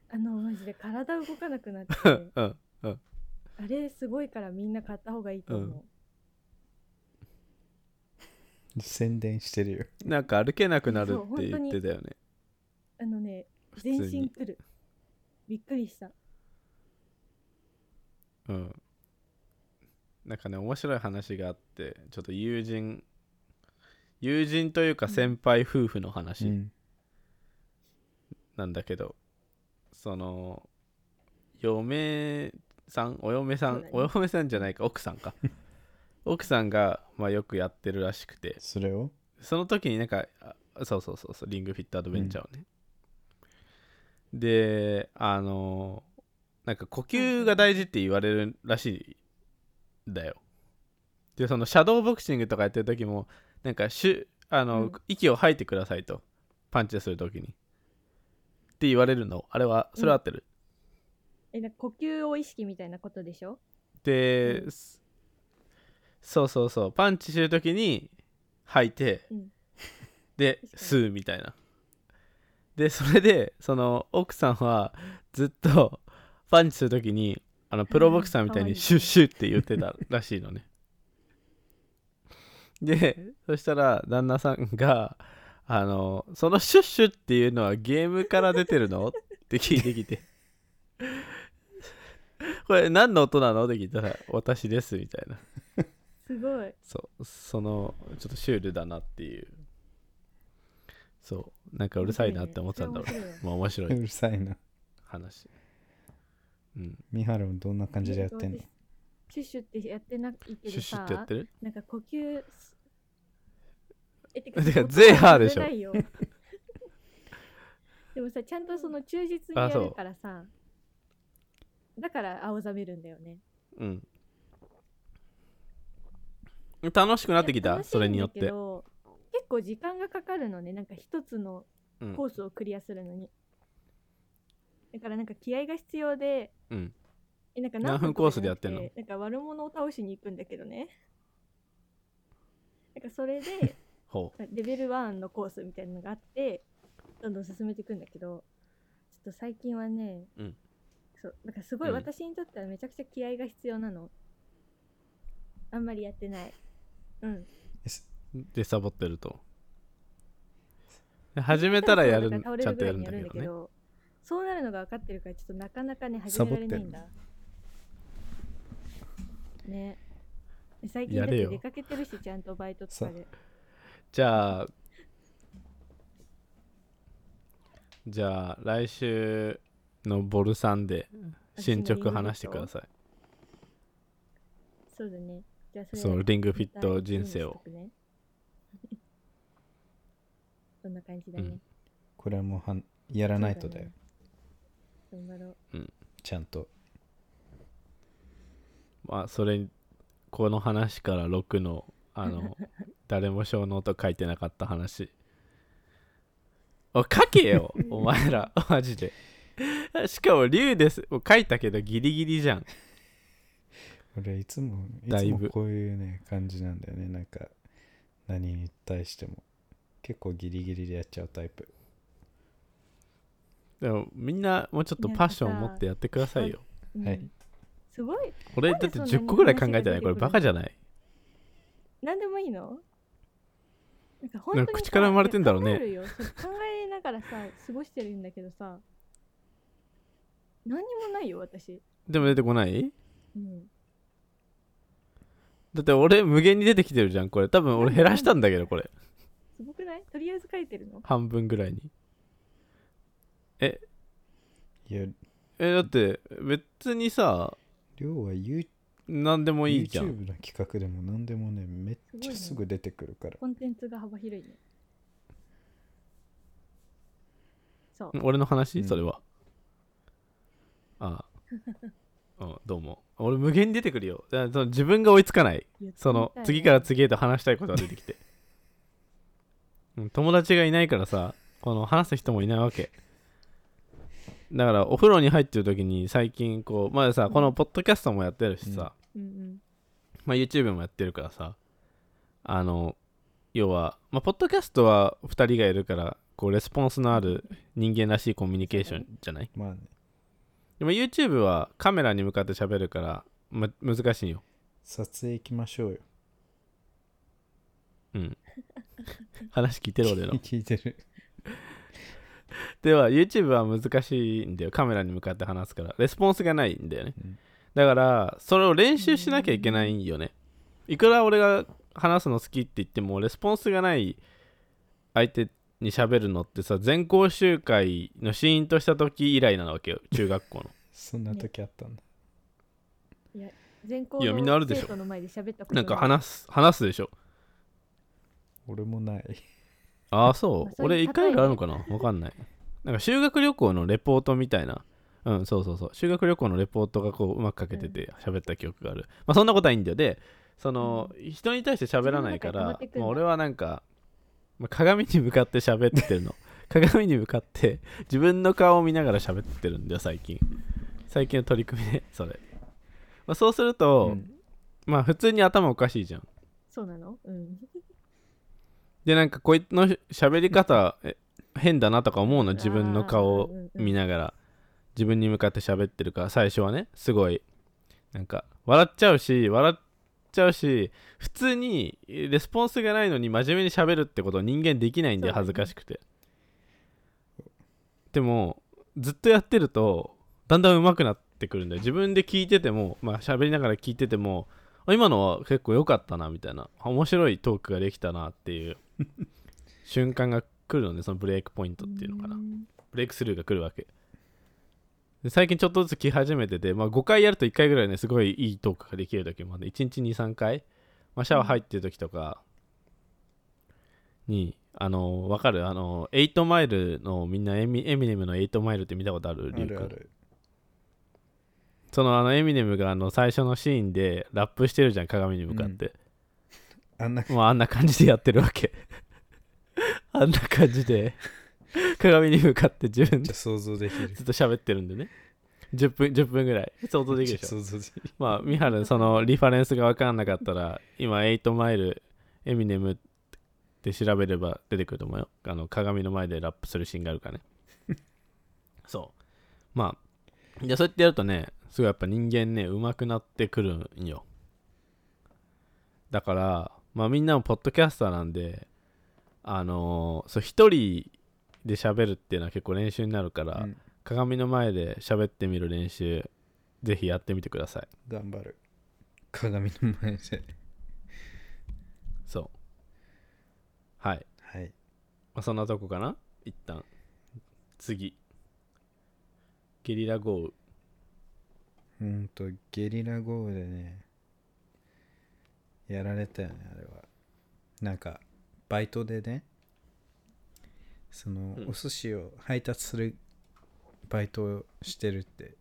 [SPEAKER 3] あのマジで体動かなく
[SPEAKER 1] [laughs]
[SPEAKER 3] なって
[SPEAKER 1] うん
[SPEAKER 3] あれすごいからみんな買った方がいいと思う、
[SPEAKER 1] うん
[SPEAKER 2] 宣伝してるよ
[SPEAKER 1] なんか歩けなくなる
[SPEAKER 3] そう
[SPEAKER 1] って言ってたよね
[SPEAKER 3] あのね
[SPEAKER 1] 普通に
[SPEAKER 3] 全身くるびっくりした
[SPEAKER 1] うんなんかね面白い話があってちょっと友人友人というか先輩夫婦の話、
[SPEAKER 2] うん
[SPEAKER 1] なんだけどその嫁さんお嫁さ、
[SPEAKER 3] そうんだね
[SPEAKER 1] お嫁さんじゃないか奥さんか奥さんが、まあ、よくやってるらしくて
[SPEAKER 2] それを
[SPEAKER 1] その時になんかあそうそうそうそうリングフィットアドベンチャーをね、であのなんか呼吸が大事って言われるらしいんだよでそのシャドーボクシングとかやってる時もなんかしゅあの、
[SPEAKER 3] うん
[SPEAKER 1] 息を吐いてくださいとパンチする時にって言われるのあれはそれは合ってる、
[SPEAKER 3] えなんか呼吸を意識みたいなことでしょ
[SPEAKER 1] で、
[SPEAKER 3] う
[SPEAKER 1] すそうそうそうパンチする時に吐いて、
[SPEAKER 3] うん
[SPEAKER 1] で
[SPEAKER 3] 確かに
[SPEAKER 1] 吸うみたいなでそれでその奥さんはずっとパンチする時にあのプロボクサーみたい
[SPEAKER 3] かわい
[SPEAKER 1] に
[SPEAKER 3] い
[SPEAKER 1] シュッシュッって言ってたらしいのねでそしたら旦那さんがあのそのシュッシュッっていうのはゲームから出てるのって聞いてきて
[SPEAKER 3] [laughs]
[SPEAKER 1] これ何の音なのって聞いたら私ですみたいな
[SPEAKER 3] すごい
[SPEAKER 1] そうそのちょっとシュールだなっていうそうなんかうるさいなって思ってたんだろう、
[SPEAKER 3] う
[SPEAKER 1] まあ面
[SPEAKER 2] う
[SPEAKER 1] 白い
[SPEAKER 2] るさいな
[SPEAKER 1] 話うん
[SPEAKER 2] ミハルもどんな感じでやってんの
[SPEAKER 3] シュッシュってやってないけどさ
[SPEAKER 1] シュッシュってやってる
[SPEAKER 3] なんか呼吸すえて
[SPEAKER 1] てか
[SPEAKER 3] 音が
[SPEAKER 1] ゼーハーでしょ
[SPEAKER 3] 出ないよ [laughs] でもさちゃんとその忠実にや
[SPEAKER 1] あそう
[SPEAKER 3] るからさだから青ざめるんだよね
[SPEAKER 1] うん楽しくなってき
[SPEAKER 3] いや
[SPEAKER 1] た
[SPEAKER 3] 楽しいんだ
[SPEAKER 1] それによっ
[SPEAKER 3] け
[SPEAKER 1] て、
[SPEAKER 3] ど結構時間がかかるのねなんか一つの
[SPEAKER 1] うん
[SPEAKER 3] コースをクリアするのに、だからなんか気合が必要で
[SPEAKER 1] うん、
[SPEAKER 3] えなんか
[SPEAKER 1] 何分
[SPEAKER 3] とか
[SPEAKER 1] コースでやってんの
[SPEAKER 3] じゃなくなんか悪者を倒しに行くんだけどねなんかそ
[SPEAKER 1] [laughs]
[SPEAKER 3] れで
[SPEAKER 1] ほ
[SPEAKER 3] レベル1のコースみたいなのがあってどんどん進めていくんだけどちょっと最近はね、
[SPEAKER 1] うん
[SPEAKER 3] そうなんかすごい
[SPEAKER 1] うん
[SPEAKER 3] 私にとってはめちゃくちゃ気合が必要なの、あんまりやってないうん
[SPEAKER 1] うでサボってるとで始めたらやる
[SPEAKER 3] 倒れ
[SPEAKER 1] ちゃ
[SPEAKER 3] る
[SPEAKER 1] ん
[SPEAKER 3] ぐ
[SPEAKER 1] と
[SPEAKER 3] ら
[SPEAKER 1] やるんだ
[SPEAKER 3] いにやる
[SPEAKER 1] けど
[SPEAKER 3] んだけ
[SPEAKER 1] ね
[SPEAKER 3] どそうなるのが分かってるからちょっとなかなかね始められないんだね最近だっ
[SPEAKER 1] やれ
[SPEAKER 3] て
[SPEAKER 1] よ
[SPEAKER 3] 出かけてるしちゃんとバイトとかで
[SPEAKER 1] じゃあじゃあ来週のボルさんで進捗話してください
[SPEAKER 3] そうだねじゃあそ
[SPEAKER 1] そ
[SPEAKER 3] れ
[SPEAKER 1] の
[SPEAKER 3] は
[SPEAKER 1] リングフィット人生
[SPEAKER 3] ま
[SPEAKER 1] を
[SPEAKER 3] たいいねしとくね [laughs] そんな感じだね、
[SPEAKER 2] これはもうはんやらないとだよ
[SPEAKER 3] 頑張ろう
[SPEAKER 2] ちゃんと
[SPEAKER 1] まあそれこの話から6のあ [laughs] の誰も小ノート書いてなかった話お書け [laughs] よお前らマジでしかも竜ですもう書いたけどギリギリじゃん
[SPEAKER 2] 俺いつもい
[SPEAKER 1] だ
[SPEAKER 2] つ
[SPEAKER 1] い
[SPEAKER 2] も
[SPEAKER 1] ぶ
[SPEAKER 2] こういうね感じなんだよねなんか何に対しても結構ギリギリでやっちゃうタイプ
[SPEAKER 1] でもみんなもうちょっとパッションを持ってやってくださいよ
[SPEAKER 3] うん
[SPEAKER 2] はい
[SPEAKER 3] すごい
[SPEAKER 1] 俺だ
[SPEAKER 3] なんで
[SPEAKER 1] って
[SPEAKER 3] そんな
[SPEAKER 1] 10個ぐらい考えてない
[SPEAKER 3] 話が出てく
[SPEAKER 1] こ
[SPEAKER 3] る
[SPEAKER 1] れバカじゃない
[SPEAKER 3] 何でもいいのなんか本当
[SPEAKER 1] な
[SPEAKER 3] に
[SPEAKER 1] んか
[SPEAKER 3] さ
[SPEAKER 1] 口から生まれてんだろうね
[SPEAKER 3] 考えるよそう考え
[SPEAKER 1] [laughs]
[SPEAKER 3] ながらさ過ごしてるんだけどさ何にもないよ私、
[SPEAKER 1] でも出てこない
[SPEAKER 3] うん、
[SPEAKER 1] だって俺無限に出てきてるじゃんこれ多分俺減らしたんだけどこれ
[SPEAKER 3] すごくないとりあえず書いてるの
[SPEAKER 1] 半分ぐらいに
[SPEAKER 2] いや
[SPEAKER 1] えだって別にさ
[SPEAKER 2] りょうは You
[SPEAKER 1] 何でもいいじゃん
[SPEAKER 2] YouTube の企画でも何でもねめっ
[SPEAKER 3] すごい
[SPEAKER 2] ちゃ
[SPEAKER 3] ね
[SPEAKER 2] すぐ出てくるから
[SPEAKER 3] コンテンツが幅広いねそう
[SPEAKER 1] 俺の話、
[SPEAKER 2] うん
[SPEAKER 1] それはああ、うん、どうも俺無限に出てくるよだからその自分が追いつかない
[SPEAKER 3] 言ってみたいね
[SPEAKER 1] その次から次へと話したいことが出てき
[SPEAKER 3] [laughs]
[SPEAKER 1] てうん友達がいないからさこの話す人もいないわけだからお風呂に入ってる時に最近こうまださこのポッドキャストもやってるしさ、
[SPEAKER 3] うんうん
[SPEAKER 1] まあ、YouTube もやってるからさあの要は、まあ、ポッドキャストは2人がいるからこうレスポンスのある人間らしいコミュニケーションじゃない
[SPEAKER 2] まあね
[SPEAKER 1] でも YouTube はカメラに向かって喋るから、ま、難しいよ
[SPEAKER 2] 撮影行きましょうよ
[SPEAKER 3] [laughs]
[SPEAKER 1] 話聞いてる俺の
[SPEAKER 2] 聞いてる [laughs]
[SPEAKER 1] では YouTube は難しいんだよカメラに向かって話すからレスポンスがないんだよね、
[SPEAKER 2] うん
[SPEAKER 1] だからそれを練習しなきゃいけないよねいくら俺が話すの好きって言ってもレスポンスがない相手に喋るのってさ全校集会のシーンとした時以来なわけよ中学校の
[SPEAKER 2] [laughs] そんな時あったんだ
[SPEAKER 3] 全校
[SPEAKER 1] いやみんなある
[SPEAKER 3] の
[SPEAKER 1] でしょ
[SPEAKER 3] 生徒の前で喋ったこと
[SPEAKER 1] なんか
[SPEAKER 3] い
[SPEAKER 1] 話す話すでしょ
[SPEAKER 2] 俺もない
[SPEAKER 1] ああそう、
[SPEAKER 3] まあそういう
[SPEAKER 1] 俺1
[SPEAKER 3] パター
[SPEAKER 1] 回
[SPEAKER 3] ン
[SPEAKER 1] ぐらいあるのかなわかんないなんか修学旅行のレポートみたいなうんそうそうそう修学旅行のレポートがこううまく書けてて喋った記憶がある、まあそんなことはいいんだよでその、人に対して喋らないから
[SPEAKER 3] 自分の中に溜まっていくんだ
[SPEAKER 1] まあ俺はなんか、まあ鏡に向かって喋って
[SPEAKER 3] [laughs]
[SPEAKER 1] るの鏡に向かって自分の顔を見ながら喋ってるんだよ最近最近の取り組みでそれ、まあ、そうすると、
[SPEAKER 2] うん
[SPEAKER 1] まあ普通に頭おかしいじゃん
[SPEAKER 3] そうなのうん
[SPEAKER 1] でなんかこいつの喋り方え変だなとか思うの自分の顔
[SPEAKER 3] あーうん
[SPEAKER 1] を
[SPEAKER 3] うん
[SPEAKER 1] 見ながら自分に向かって喋ってるから最初はねすごいなんか笑っちゃうし笑っちゃうし普通にえレスポンスがないのに真面目に喋るってことを人間できないんで
[SPEAKER 3] そうだね
[SPEAKER 1] 恥ずかしくてでもずっとやってるとだんだん上手くなってくるんだよ自分で聞いててもまあ喋りながら聞いててもあ今のは結構良かったなみたいなあ面白いトークができたなっていう瞬間が来るのでそのブレイクポイントっていうのかな
[SPEAKER 3] うん
[SPEAKER 1] ブレイクスルーが来るわけで最近ちょっとずつ来始めてて、まあ、5回やると1回ぐらいねすごいいいトークができる時もある1日23回、まあ、シャワー入ってる時とかに、あの分かるあの8マイルのみんなエミエミネムの8マイルって見たことある
[SPEAKER 2] あ
[SPEAKER 1] リュウ君
[SPEAKER 2] るある
[SPEAKER 1] そのあのエミネムがあの最初のシーンでラップしてるじゃん鏡に向かって、
[SPEAKER 2] あんな
[SPEAKER 1] もうあんな感じでやってるわけあんな感じで鏡に向かって自分
[SPEAKER 2] じ
[SPEAKER 1] で
[SPEAKER 2] ゃ想像できる
[SPEAKER 1] ずっと喋ってるんでね10分10分ぐらい相当できるでしょ
[SPEAKER 2] 想像できる
[SPEAKER 1] まあ、ミハル、そのリファレンスが分からなかったら、今、8マイル、エミネムって調べれば出てくると思うよ。あの鏡の前でラップするシーンがあるからね。そう。まあ、じゃそうやってやるとね、すごいやっぱ人間ね、上手くなってくるんよ。だから、まあみんなもポッドキャスターなんで、あのーそう、一人で喋るっていうのは結構練習になるから、
[SPEAKER 2] うん
[SPEAKER 1] 鏡の前で喋ってみる練習、ぜひやってみてください。
[SPEAKER 2] 頑張る鏡の前で
[SPEAKER 1] そう。はい。
[SPEAKER 2] はい
[SPEAKER 1] まあ、そんなとこかな一旦。次。ゲリラ豪雨。
[SPEAKER 2] うんとゲリラ豪雨でねやられたよねあれはなんかバイトでねその、
[SPEAKER 1] うん
[SPEAKER 2] お寿司を配達するバイトをしてるって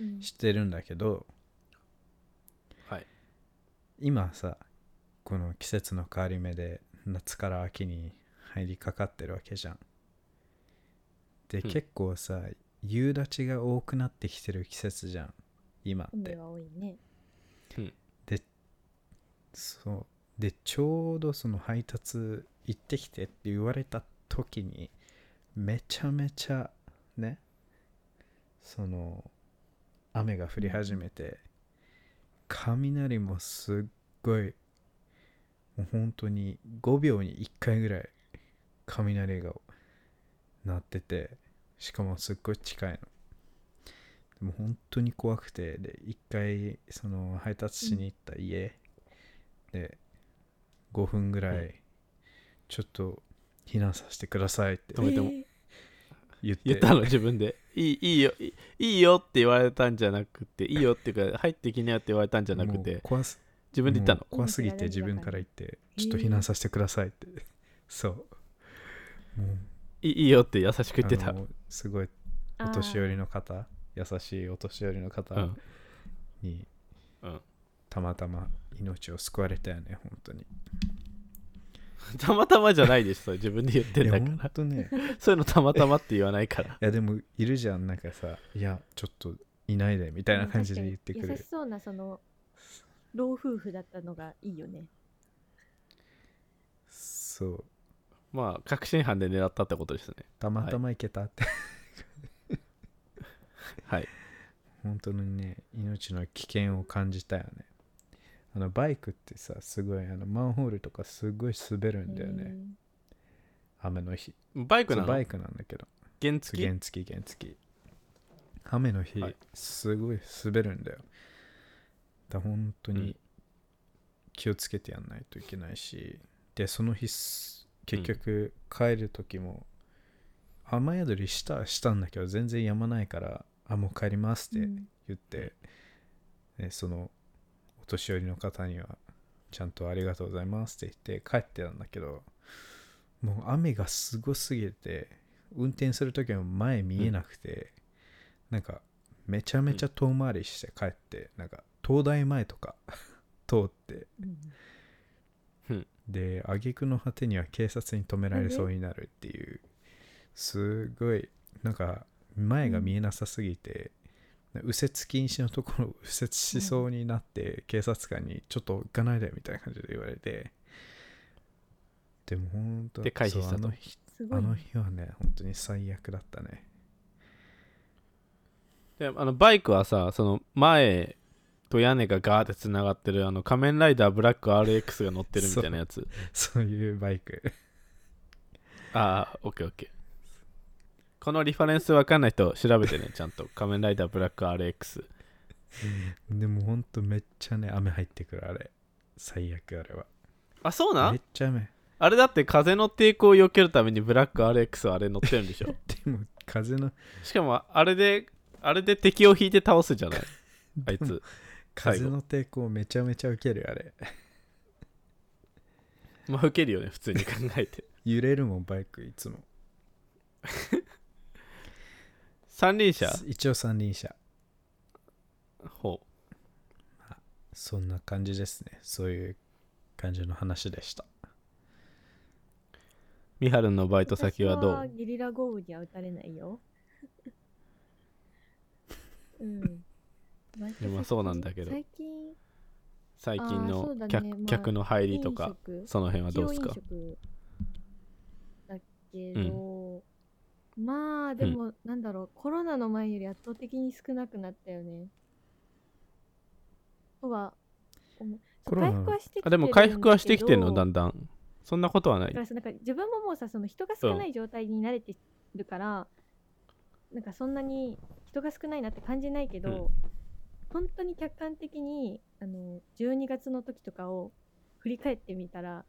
[SPEAKER 3] うん
[SPEAKER 2] してるんだけど
[SPEAKER 1] はい。
[SPEAKER 2] 今さこの季節の変わり目で夏から秋に入りかかってるわけじゃんで、
[SPEAKER 1] うん
[SPEAKER 2] 結構さ夕立が多くなってきてる季節じゃん今って、
[SPEAKER 3] 雨は多いね。
[SPEAKER 2] そうでちょうどその配達行ってきてって言われた時にめちゃめちゃねその雨が降り始めて雷もすっごいもう本当に5秒に1回ぐらい雷が鳴っててしかもすっごい近いのでも本当に怖くてで1回その配達しに行った家、で5分ぐら
[SPEAKER 1] うん
[SPEAKER 2] いちょっと避難させてくださいって
[SPEAKER 1] 止めても
[SPEAKER 3] えー
[SPEAKER 2] 言って、
[SPEAKER 1] 言ったの、 [laughs] 自分で。いい、いいよ、いいいいよって言われたんじゃなくて、いいよっていうか、入ってきなよって言われたんじゃなく
[SPEAKER 2] もう
[SPEAKER 1] て、
[SPEAKER 2] 怖す
[SPEAKER 1] 自分で言ったの
[SPEAKER 2] も。う怖すぎて自
[SPEAKER 3] 自分
[SPEAKER 2] 分
[SPEAKER 3] で
[SPEAKER 2] から
[SPEAKER 3] 言っ
[SPEAKER 2] 言ってちょっと避難させてくださいって、そうもう
[SPEAKER 1] いいいいよって優しく言って
[SPEAKER 2] あ
[SPEAKER 1] た。
[SPEAKER 2] のすごい
[SPEAKER 3] あ
[SPEAKER 2] お
[SPEAKER 3] ー
[SPEAKER 2] 年寄りの方優しいお年寄りの
[SPEAKER 1] う
[SPEAKER 2] 方
[SPEAKER 1] ん。
[SPEAKER 2] に、
[SPEAKER 1] うん
[SPEAKER 2] たまたま命を救われたよね本当に
[SPEAKER 1] たまたまじゃないでしょ、それ自分で言って
[SPEAKER 2] い
[SPEAKER 1] ん
[SPEAKER 2] や
[SPEAKER 1] だ
[SPEAKER 2] 本
[SPEAKER 1] から。
[SPEAKER 2] 当ね
[SPEAKER 1] そういうのたまたまって言わないから。
[SPEAKER 2] いやでもいるじゃんなんかさいやちょっといないでみたいな感じで言ってく
[SPEAKER 3] 優
[SPEAKER 2] る
[SPEAKER 3] しそうなその老夫婦だったのがいいよね。
[SPEAKER 2] そう
[SPEAKER 1] まあ、確信犯で狙ったってことですね。
[SPEAKER 2] たまたま行けたって、
[SPEAKER 1] はい。
[SPEAKER 2] 本当にね命の危険を感じたよねあのバイクってさすごいあのマンホールとかすごい滑るんだよね、雨の日
[SPEAKER 1] バイクな
[SPEAKER 2] そうバ
[SPEAKER 1] の
[SPEAKER 2] イクなんだけど
[SPEAKER 1] 原付
[SPEAKER 2] 原付原付雨の日、
[SPEAKER 1] はい
[SPEAKER 2] すごい滑るんだよだから本当
[SPEAKER 1] うん
[SPEAKER 2] に気をつけてやんないといけないし、でその日す結局帰る時も、雨宿りしたしたんだけど全然やまないからあもう帰りますって
[SPEAKER 3] うん
[SPEAKER 2] 言って、ねそのお年寄りの方にはちゃんとありがとうございますって言って帰ってたんだけどもう雨がすごすぎて運転する時も前見えなくて、なんかめちゃめちゃ遠回りして帰って、なんか東大前とか [laughs] 通って
[SPEAKER 3] うん
[SPEAKER 2] で挙句の果てには警察に止められそうになるっていうすごいなんか前が見えなさすぎて、右折禁止のところを右折しそうになって、警察官に「ちょっと行かないで」みたいな感じで言われてでも本当
[SPEAKER 1] で回避
[SPEAKER 2] そう
[SPEAKER 1] したと
[SPEAKER 2] あの日
[SPEAKER 3] すご
[SPEAKER 2] あ
[SPEAKER 3] いね、
[SPEAKER 2] の日はね本当に最悪だったね [laughs]
[SPEAKER 1] であのバイクはさその前と屋根がガーってつながってるあの仮面ライダーブラック RX が乗ってるみたいなやつ
[SPEAKER 2] そういうバイク
[SPEAKER 1] ああオッケーオッケーこのリファレンスわかんない人調べてねちゃんと仮面ライダーブラック RX
[SPEAKER 2] でもほんとめっちゃね雨入ってくるあれ最悪あれは
[SPEAKER 1] あそうな
[SPEAKER 2] め
[SPEAKER 1] ん
[SPEAKER 2] っちゃ雨
[SPEAKER 1] あれだって風の抵抗を避けるためにブラック RX はあれ乗ってるんで [laughs] しょ
[SPEAKER 2] でも風の
[SPEAKER 1] しかもあれであれで敵を引いて倒すじゃないあいつ最後
[SPEAKER 2] 風の抵抗めちゃめちゃ受けるよあれ [laughs]
[SPEAKER 1] まあ受けるよね普通に考えて
[SPEAKER 2] 揺れるもんバイクいつも
[SPEAKER 1] 三輪車
[SPEAKER 2] 一応三輪車
[SPEAKER 1] ほう
[SPEAKER 2] そんな感じですねそういう感じの話でした
[SPEAKER 1] 美晴のバイト先はど
[SPEAKER 3] 私
[SPEAKER 1] う
[SPEAKER 3] ゲリラ豪雨には打たれな
[SPEAKER 1] [laughs]
[SPEAKER 3] いよ。うん。バイト
[SPEAKER 1] でも
[SPEAKER 3] 先
[SPEAKER 1] そうなんだけど
[SPEAKER 3] 最近、
[SPEAKER 1] 最近
[SPEAKER 3] あーそ
[SPEAKER 1] の
[SPEAKER 3] うだね
[SPEAKER 1] 客,、
[SPEAKER 3] まあ
[SPEAKER 1] 客の入り
[SPEAKER 3] 飲
[SPEAKER 1] とか
[SPEAKER 3] 食
[SPEAKER 1] その辺は
[SPEAKER 3] 企
[SPEAKER 1] どう
[SPEAKER 3] 業
[SPEAKER 1] で
[SPEAKER 3] 飲
[SPEAKER 1] すか
[SPEAKER 3] 食だけど、まあでも、なんだろう、コロナの前より圧倒的に少なくなったよね。とは思う、
[SPEAKER 2] コロナ
[SPEAKER 3] 回復はしてきてる
[SPEAKER 1] あ
[SPEAKER 3] んだけど
[SPEAKER 1] でも回復はしてきてるのだんだんそんなことはな
[SPEAKER 3] だ
[SPEAKER 1] い
[SPEAKER 3] からさなんか自分ももうさその人が少ない状態に慣れてるから、なんかそんなに人が少ないなって感じないけど、
[SPEAKER 1] うん
[SPEAKER 3] 本当に客観的にあの12月の時とかを振り返ってみたら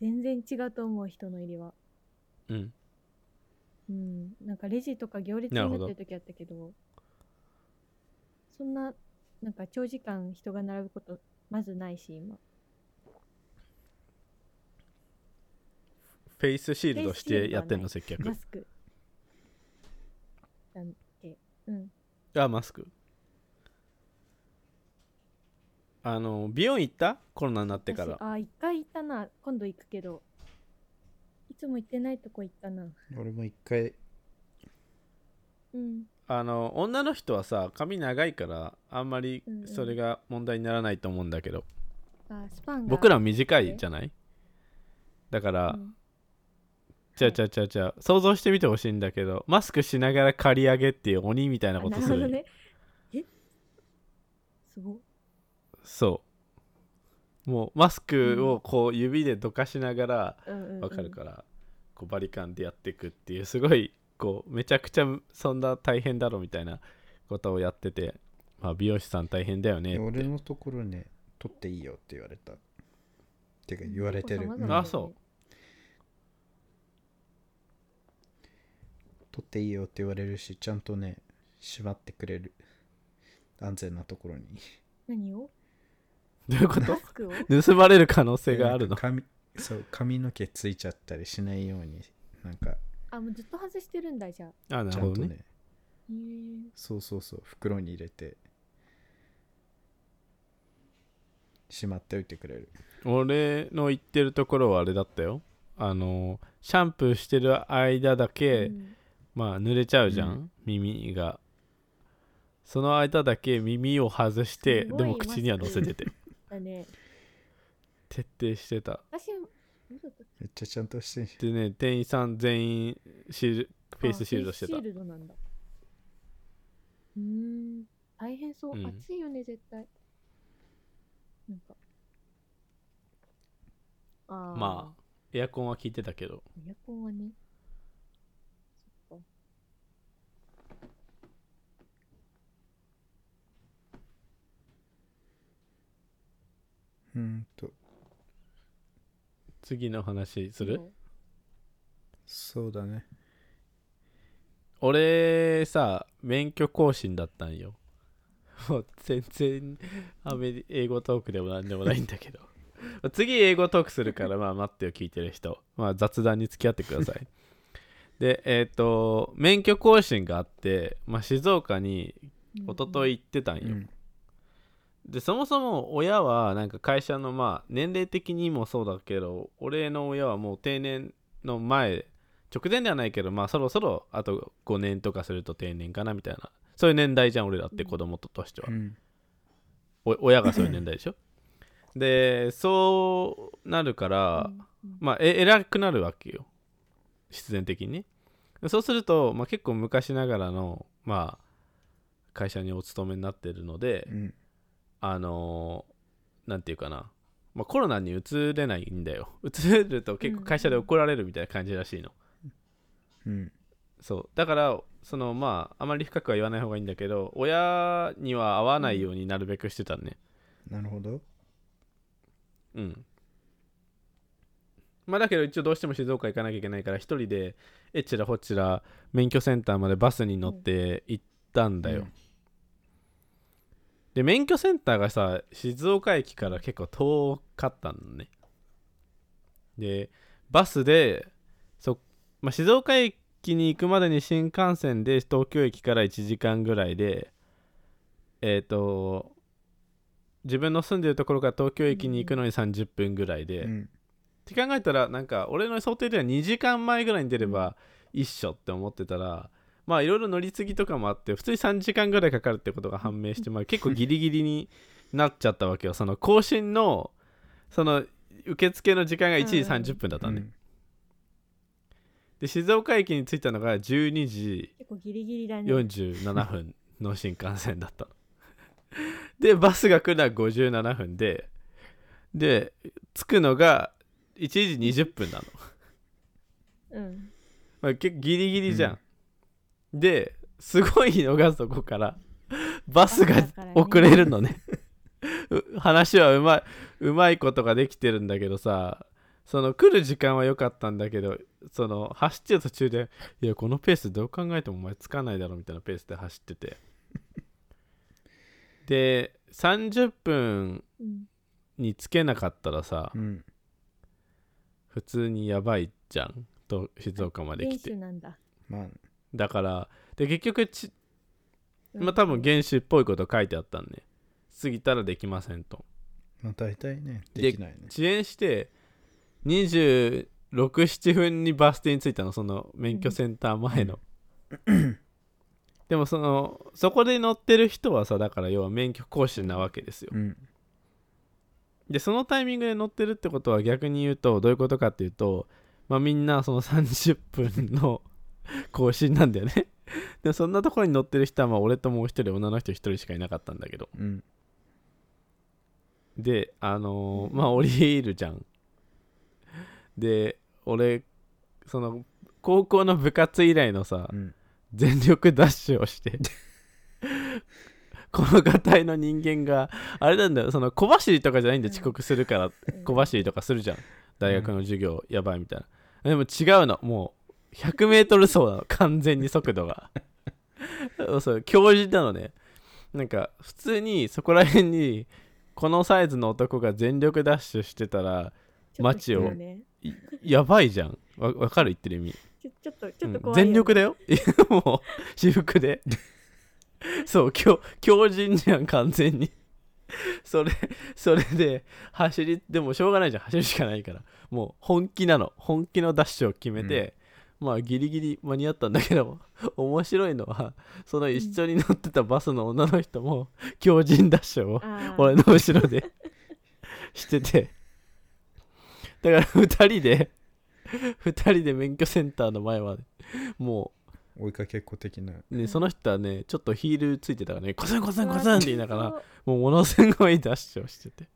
[SPEAKER 3] 全然違うと思う人の入りは、
[SPEAKER 1] うん
[SPEAKER 3] うん、なんかレジとか行列に
[SPEAKER 1] な
[SPEAKER 3] な
[SPEAKER 1] る
[SPEAKER 3] っ
[SPEAKER 1] ほ
[SPEAKER 3] て
[SPEAKER 1] ど
[SPEAKER 3] る時あったけどそんななんか長時間人が並ぶことまずないし今
[SPEAKER 1] フェイスシールドし
[SPEAKER 3] フェイスシ
[SPEAKER 1] て
[SPEAKER 3] ールド
[SPEAKER 1] や
[SPEAKER 3] は
[SPEAKER 1] ってん
[SPEAKER 3] な
[SPEAKER 1] の
[SPEAKER 3] い
[SPEAKER 1] 接客
[SPEAKER 3] マスクなんてうん
[SPEAKER 1] あマスクあの美容院行ったコロナになってから
[SPEAKER 3] 私あー一回行ったな今度行くけどいつも行ってないとこ行ったな
[SPEAKER 2] 俺も一回
[SPEAKER 3] うん
[SPEAKER 1] あの女の人はさ髪長いからあんまり
[SPEAKER 3] うんうん
[SPEAKER 1] それが問題にならないと思うんだけど、
[SPEAKER 3] あースパンが
[SPEAKER 1] 僕ら短いじゃないだから、
[SPEAKER 3] うん
[SPEAKER 1] ちゃうちゃうちゃうちゃう想像してみてほしいんだけどマスクしながら刈り上げっていう鬼みたいな
[SPEAKER 3] あ
[SPEAKER 1] こと
[SPEAKER 3] な
[SPEAKER 1] す
[SPEAKER 3] る
[SPEAKER 1] る
[SPEAKER 3] ほ
[SPEAKER 1] んよ
[SPEAKER 3] どねえすごっ
[SPEAKER 1] そうもうマスクをこう指でどかしながら
[SPEAKER 3] うんうんうん
[SPEAKER 1] わかるから、こうバリカンでやっていくっていうすごいこうめちゃくちゃそんな大変だろみたいなことをやってて、まあ、美容師さん大変だよね
[SPEAKER 2] 俺のところね取っていいよって言われたてか
[SPEAKER 3] うん
[SPEAKER 2] 言われてるう
[SPEAKER 3] 様々
[SPEAKER 2] ん
[SPEAKER 3] だよ
[SPEAKER 1] あそ
[SPEAKER 2] 取っていいよって言われるしちゃんとね縛ってくれる安全なとこ
[SPEAKER 1] [laughs]
[SPEAKER 2] ろに
[SPEAKER 3] 何を
[SPEAKER 1] どういうこ
[SPEAKER 3] マ
[SPEAKER 1] と [laughs]
[SPEAKER 3] スクを
[SPEAKER 1] 盗まれる可能性がある
[SPEAKER 2] な
[SPEAKER 1] の
[SPEAKER 2] んか髪そう髪の毛ついちゃったりしないようになんか
[SPEAKER 3] あもうずっと外してるんだじゃあ
[SPEAKER 1] あな
[SPEAKER 2] ち
[SPEAKER 1] る
[SPEAKER 2] ゃん
[SPEAKER 1] ほ
[SPEAKER 2] と
[SPEAKER 1] ど
[SPEAKER 2] ね
[SPEAKER 1] ね
[SPEAKER 3] へえ
[SPEAKER 2] そうそうそう袋に入れてしまっておいてくれる
[SPEAKER 1] 俺の言ってるところはあれだったよあのシャンプーしてる間だけ、
[SPEAKER 3] うん
[SPEAKER 1] まあ濡れちゃうじゃん、
[SPEAKER 2] うん
[SPEAKER 1] 耳がその間だけ耳を外して
[SPEAKER 3] すごい
[SPEAKER 1] でも口には乗せてて
[SPEAKER 3] だね
[SPEAKER 1] [laughs] 徹底してた
[SPEAKER 3] 私どうだったっ
[SPEAKER 2] めっちゃちゃんとしてんじ
[SPEAKER 1] でね店員さん全員シールフ
[SPEAKER 3] け
[SPEAKER 1] ェイスシールドしてた
[SPEAKER 3] あフェイスシールドなんだうーん大変そう、
[SPEAKER 1] うん
[SPEAKER 3] 暑いよね絶対なんかあー
[SPEAKER 1] まあエアコンは効いてたけど
[SPEAKER 3] エアコンはね。そっか。
[SPEAKER 2] ゃんうーんと
[SPEAKER 1] 次の話する
[SPEAKER 3] そう
[SPEAKER 2] そうだね
[SPEAKER 1] 俺さ免許更新だったんよもう全然アメリ英語トークでもなんでもないんだけど [laughs] 次英語トークするからまあ待ってよ聞いてる人、まあ、雑談に付き合ってください [laughs] でえっ、と免許更新があって、まあ、静岡に
[SPEAKER 3] うん
[SPEAKER 1] 一昨日行ってたんよ、
[SPEAKER 2] うん
[SPEAKER 1] でそもそも親はなんか会社のまあ年齢的にもそうだけど俺の親はもう定年の前直前ではないけどまあそろそろあと5年とかすると定年かなみたいなそういう年代じゃん俺らって子供ととしては、
[SPEAKER 2] うん
[SPEAKER 1] お親がそういう年代でしょでそうなるから、
[SPEAKER 3] うん
[SPEAKER 1] まあえ偉くなるわけよ必然的にねそうすると、まあ、結構昔ながらのまあ会社にお勤めになってるので、
[SPEAKER 2] うん
[SPEAKER 1] あのーなんていうかな、まあ、コロナにうつれないんだよ [laughs] うつると結構会社で怒られるみたいな感じらしいの、
[SPEAKER 2] うん
[SPEAKER 1] そうだからそのまああまり深くは言わない方がいいんだけど親には会わないようになるべくしてたね
[SPEAKER 2] なるほど
[SPEAKER 1] うんまあだけど一応どうしても静岡行かなきゃいけないから一人でえっちらほっちら免許センターまでバスに乗って行ったんだよ、
[SPEAKER 2] うん
[SPEAKER 1] で免許センターがさ静岡駅から結構遠かったのねでバスでそ、まあ、静岡駅に行くまでに新幹線で東京駅から1時間ぐらいでえっ、と自分の住んでるところから東京駅に行くのに30分ぐらいで、
[SPEAKER 2] う
[SPEAKER 1] っ
[SPEAKER 2] ん
[SPEAKER 1] て考えたらなんか俺の想定では2時間前ぐらいに出れば一緒って思ってたらまあいろいろ乗り継ぎとかもあって普通に3時間ぐらいかかるってことが判明して、まあ、結構ギリギリになっちゃったわけよその更新のその受付の時間が1時30分だったね、
[SPEAKER 2] うん
[SPEAKER 1] で静岡駅に着いたのが12時
[SPEAKER 3] 結構ギリギリだね。
[SPEAKER 1] 47分の新幹線だったのでバスが来るのは57分でで着くのが1時20分なの、
[SPEAKER 3] うん。
[SPEAKER 1] まあ、結構ギリギリじゃん、ですごいのがそこから [laughs] バスが
[SPEAKER 3] バスだからね
[SPEAKER 1] 遅れるのね [laughs] う話はうまいうまいことができてるんだけどさその来る時間は良かったんだけどその走ってる途中で「いやこのペースどう考えてもお前つかないだろ」みたいなペースで走っててで30分
[SPEAKER 3] うん。
[SPEAKER 1] につけなかったらさ
[SPEAKER 2] うん
[SPEAKER 1] 普通にやばいじゃんと静岡まで来
[SPEAKER 3] 原
[SPEAKER 1] て
[SPEAKER 3] 種なんだ。
[SPEAKER 2] まあ
[SPEAKER 1] だからで結局ち
[SPEAKER 3] うん
[SPEAKER 1] まあ多分原種っぽいこと書いてあったんで過ぎたらできませんと
[SPEAKER 2] まあ大体ね
[SPEAKER 1] で
[SPEAKER 2] できないね
[SPEAKER 1] 遅延して267分にバス停に着いたのその免許センター前の、でもそのそこで乗ってる人はさだから要は免許更新なわけですよ
[SPEAKER 2] うん
[SPEAKER 1] でそのタイミングで乗ってるってことは逆に言うとどういうことかっていうと、まあ、みんなその30分の [laughs] 更新なんだよねでそんなところに乗ってる人はまあ俺ともう一人女の人一人しかいなかったんだけど
[SPEAKER 2] うん
[SPEAKER 1] であのーまあ降りるじゃんで俺その高校の部活以来のさ
[SPEAKER 2] うん
[SPEAKER 1] 全力ダッシュをして
[SPEAKER 2] [laughs]
[SPEAKER 1] この硬いの人間があれなんだよその小走りとかじゃないんだよ
[SPEAKER 3] うん
[SPEAKER 1] 遅刻するから
[SPEAKER 3] うん
[SPEAKER 1] 小走りとかするじゃん大学の授業やばいみたいなでも違うのもう 100m 走なの完全に速度が [laughs] そう教授なのねなんか普通にそこら辺にこのサイズの男が全力ダッシュしてたら街を
[SPEAKER 3] ちょっとね
[SPEAKER 1] いやばいじゃんわわかる言ってる意味
[SPEAKER 3] ちょちょっとちょっと
[SPEAKER 1] う
[SPEAKER 3] 怖
[SPEAKER 1] ん
[SPEAKER 3] いよ
[SPEAKER 1] 全
[SPEAKER 3] ね。
[SPEAKER 1] 力だよ [laughs] いやもう私服でそう強強靭じゃん完全にそれそれで走りでもしょうがないじゃん走るしかないからもう本気なの本気のダッシュを決めて、まあギリギリ間に合ったんだけど面白いのはその一緒に乗ってたバスの女の人も強靭ダッシュを
[SPEAKER 3] あー。
[SPEAKER 1] 俺の後ろでしててだから2人で2人で免許センターの前までも
[SPEAKER 2] 追いかけっこ的な
[SPEAKER 1] う、ね、その人はねちょっとヒールついてたからねコツンコツンコツンって言いながら
[SPEAKER 3] うわ。
[SPEAKER 1] もうものすごいダッシュをしてて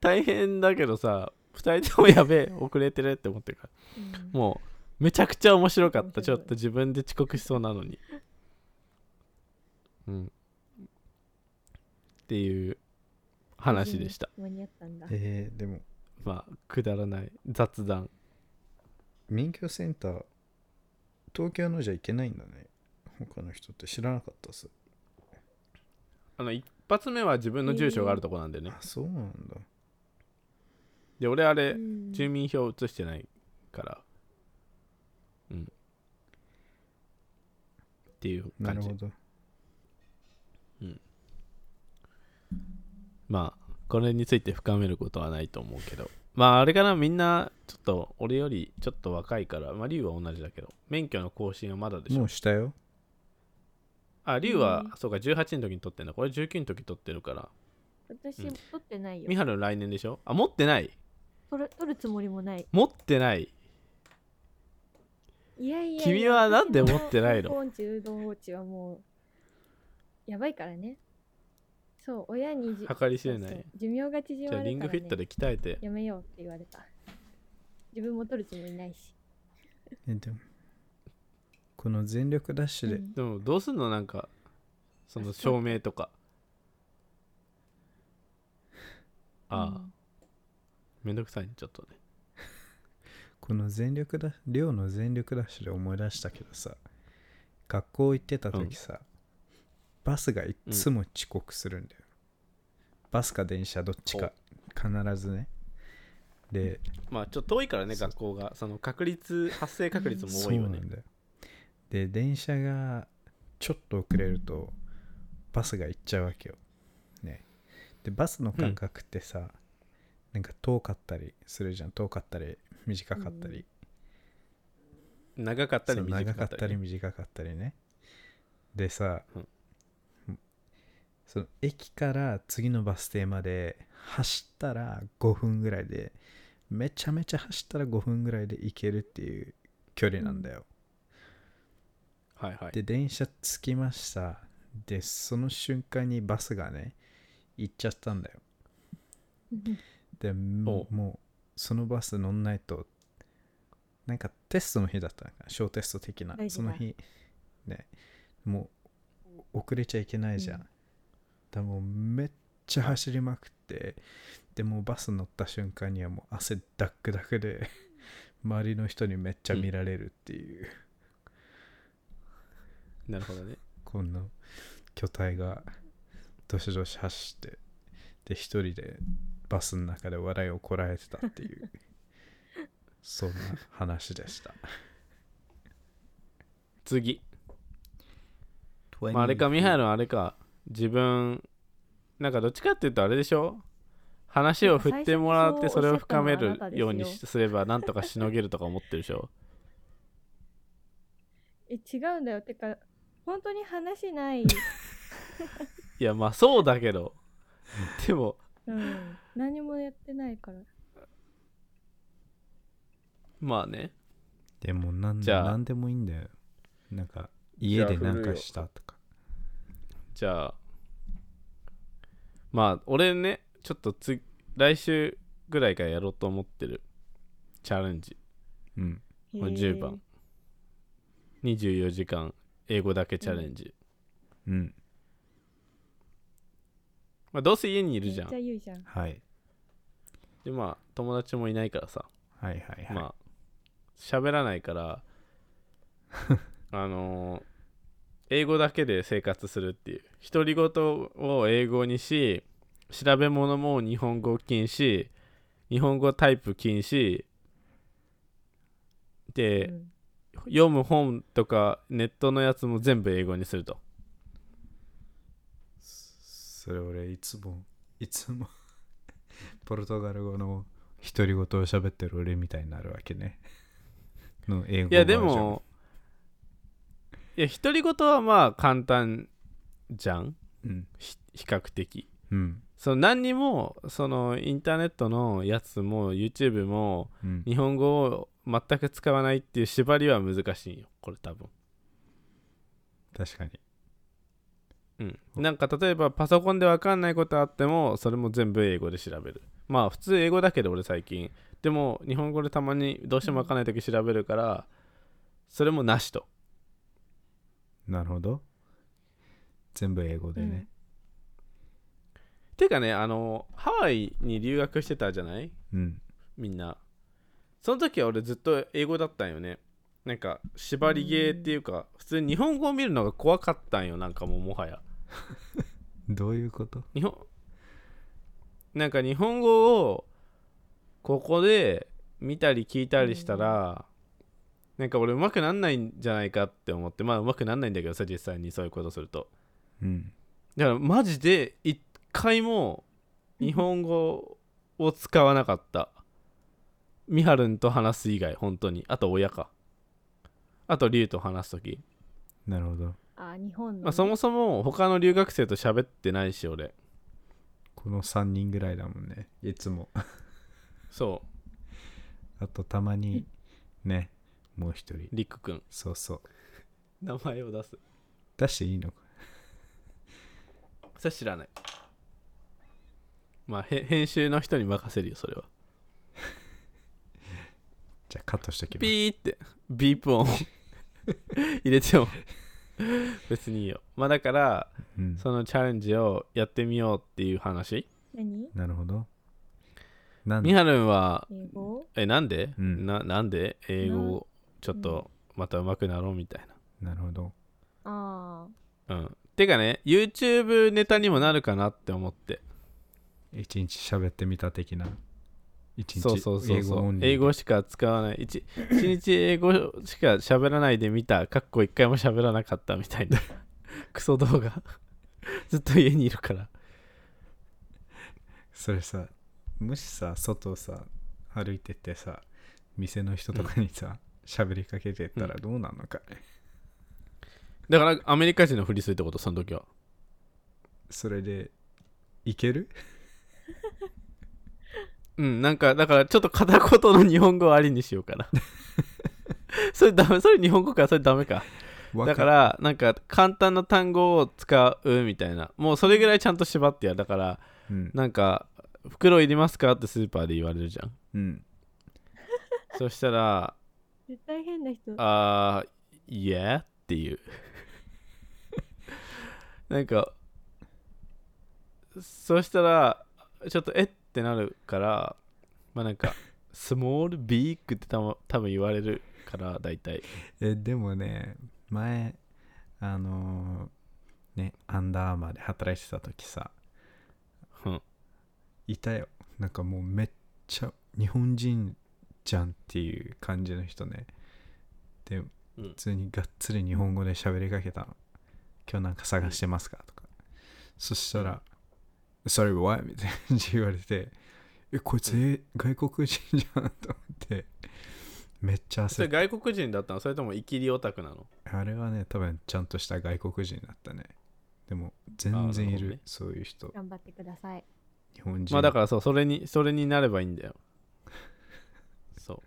[SPEAKER 1] 大変だけどさ2人ともやべえ遅れてるって思ってるから
[SPEAKER 3] うん
[SPEAKER 1] もうめちゃくちゃ面白かった
[SPEAKER 3] 面
[SPEAKER 1] ち
[SPEAKER 3] 白
[SPEAKER 1] ょ
[SPEAKER 3] い
[SPEAKER 1] っと自分で遅刻しそうなのにうんっていう話でした
[SPEAKER 3] 間に合ったんだ。
[SPEAKER 2] えー、でも
[SPEAKER 1] まあくだらない雑談
[SPEAKER 2] 免許センター東京のじゃ行けないんだね他の人って知らなかったっす
[SPEAKER 1] あの一発目は自分の住所があるとこなんでね
[SPEAKER 2] あ、そうなんだ
[SPEAKER 1] で俺あれ
[SPEAKER 3] うん
[SPEAKER 1] 住民票移してないからうんっていう
[SPEAKER 2] な
[SPEAKER 1] 感
[SPEAKER 2] る
[SPEAKER 1] じ
[SPEAKER 2] ほど
[SPEAKER 1] まあこれについて深めることはないと思うけどまああれかなみんなちょっと俺よりちょっと若いからまあ龍は同じだけど免許の更新はまだでし
[SPEAKER 2] も
[SPEAKER 1] ょ
[SPEAKER 2] うしたよ
[SPEAKER 1] あ龍は、
[SPEAKER 3] うん
[SPEAKER 1] そうか18の時に取ってんだこれ19の時取ってるから
[SPEAKER 3] 私
[SPEAKER 1] うん
[SPEAKER 3] 取ってない
[SPEAKER 1] 美
[SPEAKER 3] よ。
[SPEAKER 1] 春来年でしょあ持ってない
[SPEAKER 3] 取る取るつもりもない。
[SPEAKER 1] 持ってない
[SPEAKER 3] いやいやいや
[SPEAKER 1] 君はなんで持ってないの
[SPEAKER 3] 私観光地、うどん落ちはもう、やばいからね。そう、親にじ
[SPEAKER 1] 計り知れな
[SPEAKER 3] そう
[SPEAKER 1] い
[SPEAKER 3] 寿命が縮まる
[SPEAKER 1] じ
[SPEAKER 3] か
[SPEAKER 1] ゃ
[SPEAKER 3] ら、
[SPEAKER 1] あ
[SPEAKER 3] ね。
[SPEAKER 1] リングフィットで鍛えて
[SPEAKER 3] やめようって言われた。自分も取るつもりないし。
[SPEAKER 2] えでもこの全力ダッシュで、
[SPEAKER 3] うん
[SPEAKER 1] でもどうすんのなんかその
[SPEAKER 3] あそう
[SPEAKER 1] 照明と [laughs] かああ、めんどくさいねちょっとね
[SPEAKER 2] この全力だ寮の全力ダッシュで思い出したけどさ学校行ってた時さ、バスがいっつも遅刻するんだよ、バスか電車どっちか必ずねで
[SPEAKER 1] まあちょっと遠いからね
[SPEAKER 2] そう
[SPEAKER 1] 学校がその確率発生確率も
[SPEAKER 2] そ
[SPEAKER 1] 多
[SPEAKER 2] う
[SPEAKER 1] い
[SPEAKER 2] な
[SPEAKER 1] よね
[SPEAKER 2] んだよで電車がちょっと遅れるとバスが行っちゃうわけよ。ね。でバスの間隔ってさ、なんか遠かったりするじゃん遠かったり短かったり、
[SPEAKER 1] 長かったり
[SPEAKER 2] そう
[SPEAKER 1] 短
[SPEAKER 2] 長
[SPEAKER 1] か
[SPEAKER 2] か
[SPEAKER 1] っ
[SPEAKER 2] った
[SPEAKER 1] り
[SPEAKER 2] たり短かったりね。でさ、
[SPEAKER 1] うん
[SPEAKER 2] その駅から次のバス停まで走ったら5分ぐらいでめちゃめちゃ走ったら5分ぐらいで行けるっていう距離なんだよ。
[SPEAKER 1] はいはい
[SPEAKER 2] で電車着きましたでその瞬間にバスがね行っちゃったんだよでもうもうそのバス乗んないとなんかテストの日だったのかな小テスト的な
[SPEAKER 3] 大事
[SPEAKER 2] そ
[SPEAKER 3] だ
[SPEAKER 2] の日ねもう遅れちゃいけないじゃん、
[SPEAKER 3] うん
[SPEAKER 2] だからもうめっちゃ走りまくってでもうバス乗った瞬間にはもう汗ダックダクで周りの人にめっちゃ見られるっていう、
[SPEAKER 1] なるほどね
[SPEAKER 2] こんな巨体がどしどし走ってで一人でバスの中で笑いをこらえてたっていうそんな話でした
[SPEAKER 1] 次、まあ、あれかミハイのあれか自分なんかどっちかっていうとあれでしょ話を振ってもらってそれを深めるようにしすればなんとかしのげるとか思ってるでしょ
[SPEAKER 3] え違うんだよてか本当に
[SPEAKER 1] [laughs]
[SPEAKER 3] 話ない、
[SPEAKER 1] いやまあそうだけどでも
[SPEAKER 3] うん、何もやってないから
[SPEAKER 1] まあね
[SPEAKER 2] でもなん
[SPEAKER 1] じゃあ
[SPEAKER 2] なんでもいいんだよなんか家でなん
[SPEAKER 1] じゃあ振る
[SPEAKER 2] か
[SPEAKER 1] よ
[SPEAKER 2] したとか
[SPEAKER 1] じゃあまあ俺ねちょっとつ来週ぐらいからやろうと思ってるチャレンジ
[SPEAKER 2] うん
[SPEAKER 1] これ
[SPEAKER 3] へー
[SPEAKER 1] 10番24時間英語だけチャレンジ、
[SPEAKER 2] うん
[SPEAKER 1] まあ、どうせ家にい
[SPEAKER 3] め
[SPEAKER 1] る
[SPEAKER 3] っ
[SPEAKER 1] じ
[SPEAKER 3] ち
[SPEAKER 1] ゃん
[SPEAKER 3] ゃ言うじゃん
[SPEAKER 2] はい
[SPEAKER 1] でまあ友達もいないからさ
[SPEAKER 2] はいはいはい、
[SPEAKER 1] まあ喋らないから
[SPEAKER 2] [laughs]
[SPEAKER 1] あのー英語だけで生活するっていう独り言を英語にし調べ物も日本語禁止日本語タイプ禁止で、
[SPEAKER 3] うん
[SPEAKER 1] 読む本とかネットのやつも全部英語にすると
[SPEAKER 2] それ俺いつもいつも [laughs] ポルトガル語の独り言を喋ってる俺みたいになるわけねの英語
[SPEAKER 1] いやでもいや独り言はまあ簡単じゃん
[SPEAKER 2] バージョン
[SPEAKER 1] ひ比較的
[SPEAKER 2] うんうん
[SPEAKER 1] その何にもそのインターネットのやつも YouTube も
[SPEAKER 2] うん
[SPEAKER 1] 日本語を全く使わないっていう縛りは難しいよこれ多分
[SPEAKER 2] 確かに
[SPEAKER 1] うんなんか例えばパソコンで分かんないことあってもそれも全部英語で調べるまあ普通英語だけど俺最近でも日本語でたまにどうしても分かんない時調べるからそれもなしと
[SPEAKER 2] なるほど全部英語でね
[SPEAKER 1] ていうかねあのハワイに留学してたじゃない
[SPEAKER 2] うん
[SPEAKER 1] みんなその時は俺ずっと英語だったんよねなんか縛りゲーっていうか普通に日本語を見るのが怖かったんよなんかもうもはや
[SPEAKER 2] どういうこと
[SPEAKER 1] 日本なんか日本語をここで見たり聞いたりしたら、なんか俺上手くなんないんじゃないかって思ってまあ上手くなんないんだけどさ実際にそういうことすると
[SPEAKER 2] うん
[SPEAKER 1] だからマジで一回も日本語を使わなかったみはるんと話す以外本当にあと親かあと龍と話す時、
[SPEAKER 2] なるほど
[SPEAKER 3] あ日本のね、
[SPEAKER 1] まあ、そもそも他の留学生と喋ってないし俺
[SPEAKER 2] この3人ぐらいだもんねいつも
[SPEAKER 1] そ
[SPEAKER 2] あとたまにねもう一人
[SPEAKER 1] うりくくん
[SPEAKER 2] そうそう
[SPEAKER 1] 名前を出す
[SPEAKER 2] 出していいのか
[SPEAKER 1] それ知らないまあへ編集の人に任せるよそれは
[SPEAKER 2] じゃあカットしときま
[SPEAKER 1] ピ
[SPEAKER 2] す
[SPEAKER 1] ーってビープ音 [laughs] 入れても [laughs] 別にいいよまあだから
[SPEAKER 2] うん
[SPEAKER 1] そのチャレンジをやってみようっていう話
[SPEAKER 3] 何
[SPEAKER 2] なるほどなん
[SPEAKER 1] みはるんは
[SPEAKER 3] 英語
[SPEAKER 1] えなんで、
[SPEAKER 2] うん
[SPEAKER 1] ななんで英語をちょっとまた上手くなろうみたい
[SPEAKER 2] なるほど
[SPEAKER 3] ああ
[SPEAKER 1] なうんてかね YouTube ネタにもなるかなって思って
[SPEAKER 2] 一日喋ってみた的な一日
[SPEAKER 1] そうそうそう
[SPEAKER 2] 英語
[SPEAKER 1] そ
[SPEAKER 2] オ
[SPEAKER 1] う
[SPEAKER 2] ンリー
[SPEAKER 1] 英語しか使わない一一日英語しか
[SPEAKER 2] [laughs]
[SPEAKER 1] 喋らないで見たかっこ一回も喋らなかったみたいなクソ動画 [laughs] ずっと家にいるから
[SPEAKER 2] それさもしさ外さ歩いてってさ店の人とかにさ喋、りかけてったらどうなのかね、
[SPEAKER 1] だからアメリカ人のふりするってことその時は
[SPEAKER 2] それでいける
[SPEAKER 1] うんなんかだからちょっと片言の日本語をありにしようかな [laughs] それダメそれ日本語かそれダメかだからなんか簡単な単語を使うみたいなもうそれぐらいちゃんと縛ってやだから
[SPEAKER 2] うん、
[SPEAKER 1] なんか袋いりますかってスーパーで言われるじゃん
[SPEAKER 2] うん、
[SPEAKER 1] そしたら
[SPEAKER 3] 絶対変な人
[SPEAKER 1] あーいやっていう [laughs] なんかそしたらちょっとえってなるからまあなんかスモールビークってたま多分言われるから大体
[SPEAKER 2] えでもね前あのーねアンダーアーマーで働いてた時さ
[SPEAKER 1] うん
[SPEAKER 2] いたよなんかもうめっちゃ日本人じゃんっていう感じの人ねで
[SPEAKER 1] うん
[SPEAKER 2] 普通にがっつり日本語で喋りかけたの今日なんか探してますかとかそしたら「Sorry what?」みたいな感じで言われて「えこいつ、え外国人じゃん」と思ってめっちゃ
[SPEAKER 1] そ
[SPEAKER 2] 焦
[SPEAKER 1] れ
[SPEAKER 2] っ
[SPEAKER 1] 外国人だったのそれともイキリオタクなの
[SPEAKER 2] あれはね多分ちゃんとした外国人だったねでも全然い
[SPEAKER 1] あなるほ
[SPEAKER 2] る
[SPEAKER 1] どね
[SPEAKER 2] そういう人
[SPEAKER 3] 頑張ってください
[SPEAKER 2] 日本人
[SPEAKER 1] まあだからそうそれにそれになればいいんだよそう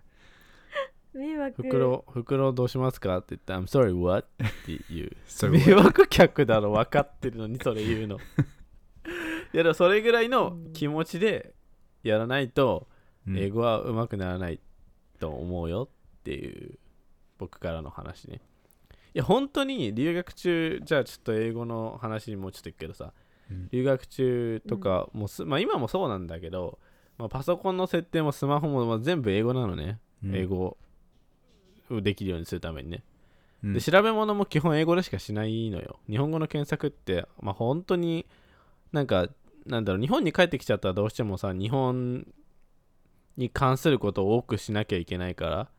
[SPEAKER 3] 迷惑
[SPEAKER 1] 袋袋どうしますかって言ったら「I'm sorry what?」って言う
[SPEAKER 2] それ
[SPEAKER 1] 迷惑客だろ分かってるのにそれ言う
[SPEAKER 2] [laughs]
[SPEAKER 1] のいやでもそれぐらいの気持ちでやらないと
[SPEAKER 2] うん
[SPEAKER 1] 英語は上手くならないと思うよっていう僕からの話ねいや本当に留学中じゃあちょっと英語の話にもうちょっといくけどさ、
[SPEAKER 2] うん
[SPEAKER 1] 留学中とかもす、まあ、今もそうなんだけど、まあ、パソコンの設定もスマホもまあ全部英語なのね、
[SPEAKER 2] うん
[SPEAKER 1] 英語をできるようにするためにね
[SPEAKER 2] うん
[SPEAKER 1] で調べ物も基本英語でしかしないのよ日本語の検索って、まあ、本当になんかなんだろう日本に帰ってきちゃったらどうしてもさ日本に関することを多くしなきゃいけないから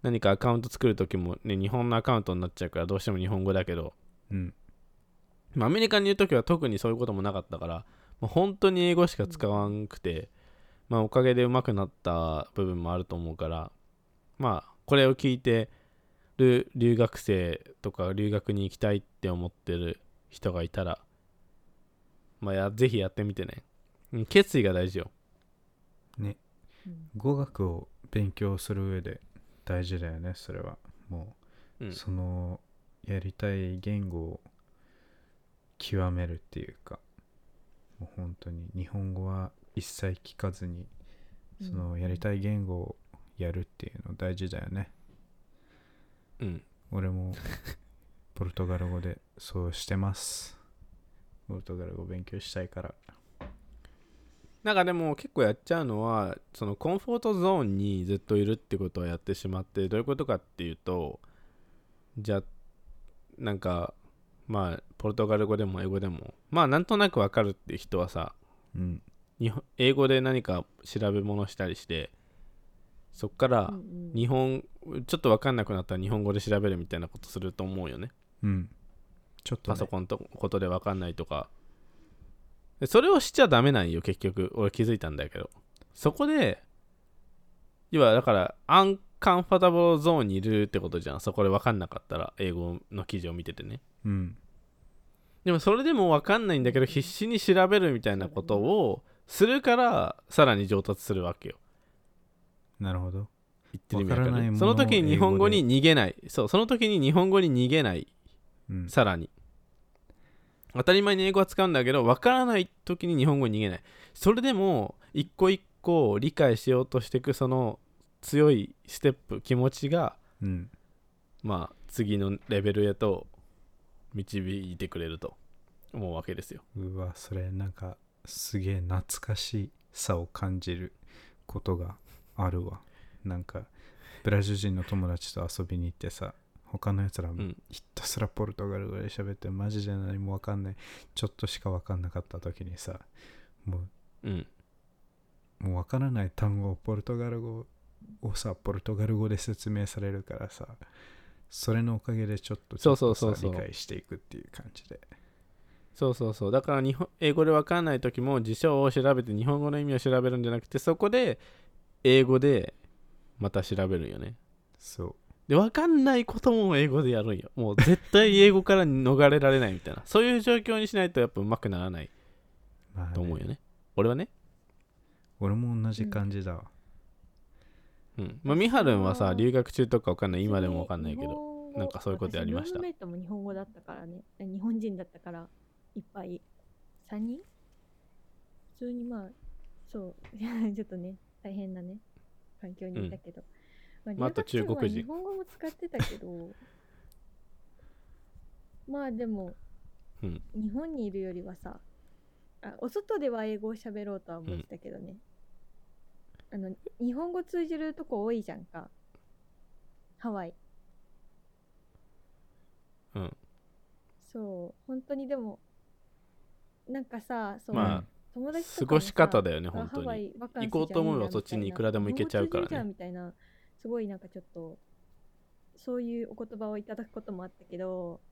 [SPEAKER 1] 何かアカウント作る時も、ね、日本のアカウントになっちゃうからどうしても日本語だけど、
[SPEAKER 2] うん
[SPEAKER 1] まあ、アメリカにいる時は特にそういうこともなかったからもう本当に英語しか使わんくて、まあ、おかげで上手くなった部分もあると思うからまあこれを聞いてる留学生とか留学に行きたいって思ってる人がいたら、まあ、やぜひやってみてねうん決意が大事よ
[SPEAKER 2] ね
[SPEAKER 3] うん
[SPEAKER 2] 語学を勉強する上で大事だよねそれはもう、
[SPEAKER 1] うん
[SPEAKER 2] そのやりたい言語を極めるっていうかもう本当に日本語は一切聞かずに
[SPEAKER 3] うん
[SPEAKER 2] そのやりたい言語をやるっていうの大事だよね
[SPEAKER 1] うん
[SPEAKER 2] 俺もポルトガル語でそうしてますポルトガル語勉強したいから
[SPEAKER 1] なんかでも結構やっちゃうのはそのコンフォートゾーンにずっといるってことをやってしまってどういうことかっていうとじゃあなんかまあポルトガル語でも英語でもまあなんとなくわかるって人はさ
[SPEAKER 2] うん
[SPEAKER 1] 日本英語で何か調べ物したりしてそっから、
[SPEAKER 3] うんうん
[SPEAKER 1] 日本ちょっと分かんなくなったら日本語で調べるみたいなことすると思うよね
[SPEAKER 2] うんちょっと、
[SPEAKER 1] パ
[SPEAKER 2] ね、
[SPEAKER 1] ソコンとことで分かんないとかでそれをしちゃダメなんよ結局俺気づいたんだけどそこで要はだからアンカンファタブルゾーンにいるってことじゃんそこで分かんなかったら英語の記事を見ててね
[SPEAKER 2] うん
[SPEAKER 1] でもそれでも分かんないんだけど必死に調べるみたいなことをするからさらに上達するわけよ
[SPEAKER 2] なるほど
[SPEAKER 1] 言ってる意味わか
[SPEAKER 2] わからない
[SPEAKER 1] る
[SPEAKER 2] も
[SPEAKER 1] そ
[SPEAKER 2] のを
[SPEAKER 1] の時に日本語
[SPEAKER 2] 英
[SPEAKER 1] に逃げないそうその時に日本語に逃げない
[SPEAKER 2] うん
[SPEAKER 1] さらに当たり前に英語は使うんだけど分からない時に日本語に逃げないそれでも一個一個理解しようとしていくその強いステップ気持ちが
[SPEAKER 2] うん
[SPEAKER 1] まあ次のレベルへと導いてくれると思うわけですよ
[SPEAKER 2] うわそれなんかすげえ懐かしさを感じることがあるわなんかブラジル人の友達と遊びに行ってさ他のやつら
[SPEAKER 1] ん
[SPEAKER 2] ひたすらポルトガル語で喋ってマジで何もわかんないちょっとしかわかんなかった時にさも
[SPEAKER 1] うん
[SPEAKER 2] うもうわからない単語をポルトガル語をさポルトガル語で説明されるからさそれのおかげでちょっとちょっと
[SPEAKER 1] そうそうそう
[SPEAKER 2] さ
[SPEAKER 1] そう
[SPEAKER 2] 理解していくっていう感じで
[SPEAKER 1] そうそうそうだから日本英語で分かんない時も辞書を調べて日本語の意味を調べるんじゃなくてそこで英語でまた調べるよね
[SPEAKER 2] そう
[SPEAKER 1] で分かんないことも英語でやるんよもう絶対英語から逃れられないみ
[SPEAKER 3] [laughs]
[SPEAKER 1] たいなそういう状況にしないとやっぱうまくならない
[SPEAKER 2] まあね
[SPEAKER 1] と思うよね俺はね
[SPEAKER 2] 俺も同じ感じだわ、
[SPEAKER 1] うんまあみはるんは
[SPEAKER 3] あ
[SPEAKER 1] さ
[SPEAKER 3] ー
[SPEAKER 1] 留学中とか分かんない今でも分かんないけ
[SPEAKER 3] 日
[SPEAKER 1] ど
[SPEAKER 3] 本語
[SPEAKER 1] なんかそういうことやりました
[SPEAKER 3] 私ルームメイトも日本語だったからね日本人だったからいっぱい3人普通にまあそう [laughs] ちょっとね大変なね環境にいたけど、
[SPEAKER 1] まああと
[SPEAKER 3] 留学
[SPEAKER 1] 中国人
[SPEAKER 3] は日本語も使ってた
[SPEAKER 1] [laughs]
[SPEAKER 3] けどまあでも、
[SPEAKER 1] うん
[SPEAKER 3] 日本にいるよりはさあお外では英語を喋ろうとは思ってたけどね、あの日本語通じるとこ多いじゃんかハワイ
[SPEAKER 1] うん
[SPEAKER 3] そう本当にでもなんかさそう、
[SPEAKER 1] まあ
[SPEAKER 3] 友達とか
[SPEAKER 1] 過ごし方だ
[SPEAKER 3] よ
[SPEAKER 1] よね本当に
[SPEAKER 3] に
[SPEAKER 1] 行こうと思えばそっちにいくらでも行けちゃうからね
[SPEAKER 3] みたいなすごいなんかちょっとそういうお言葉をいただくこともあったけど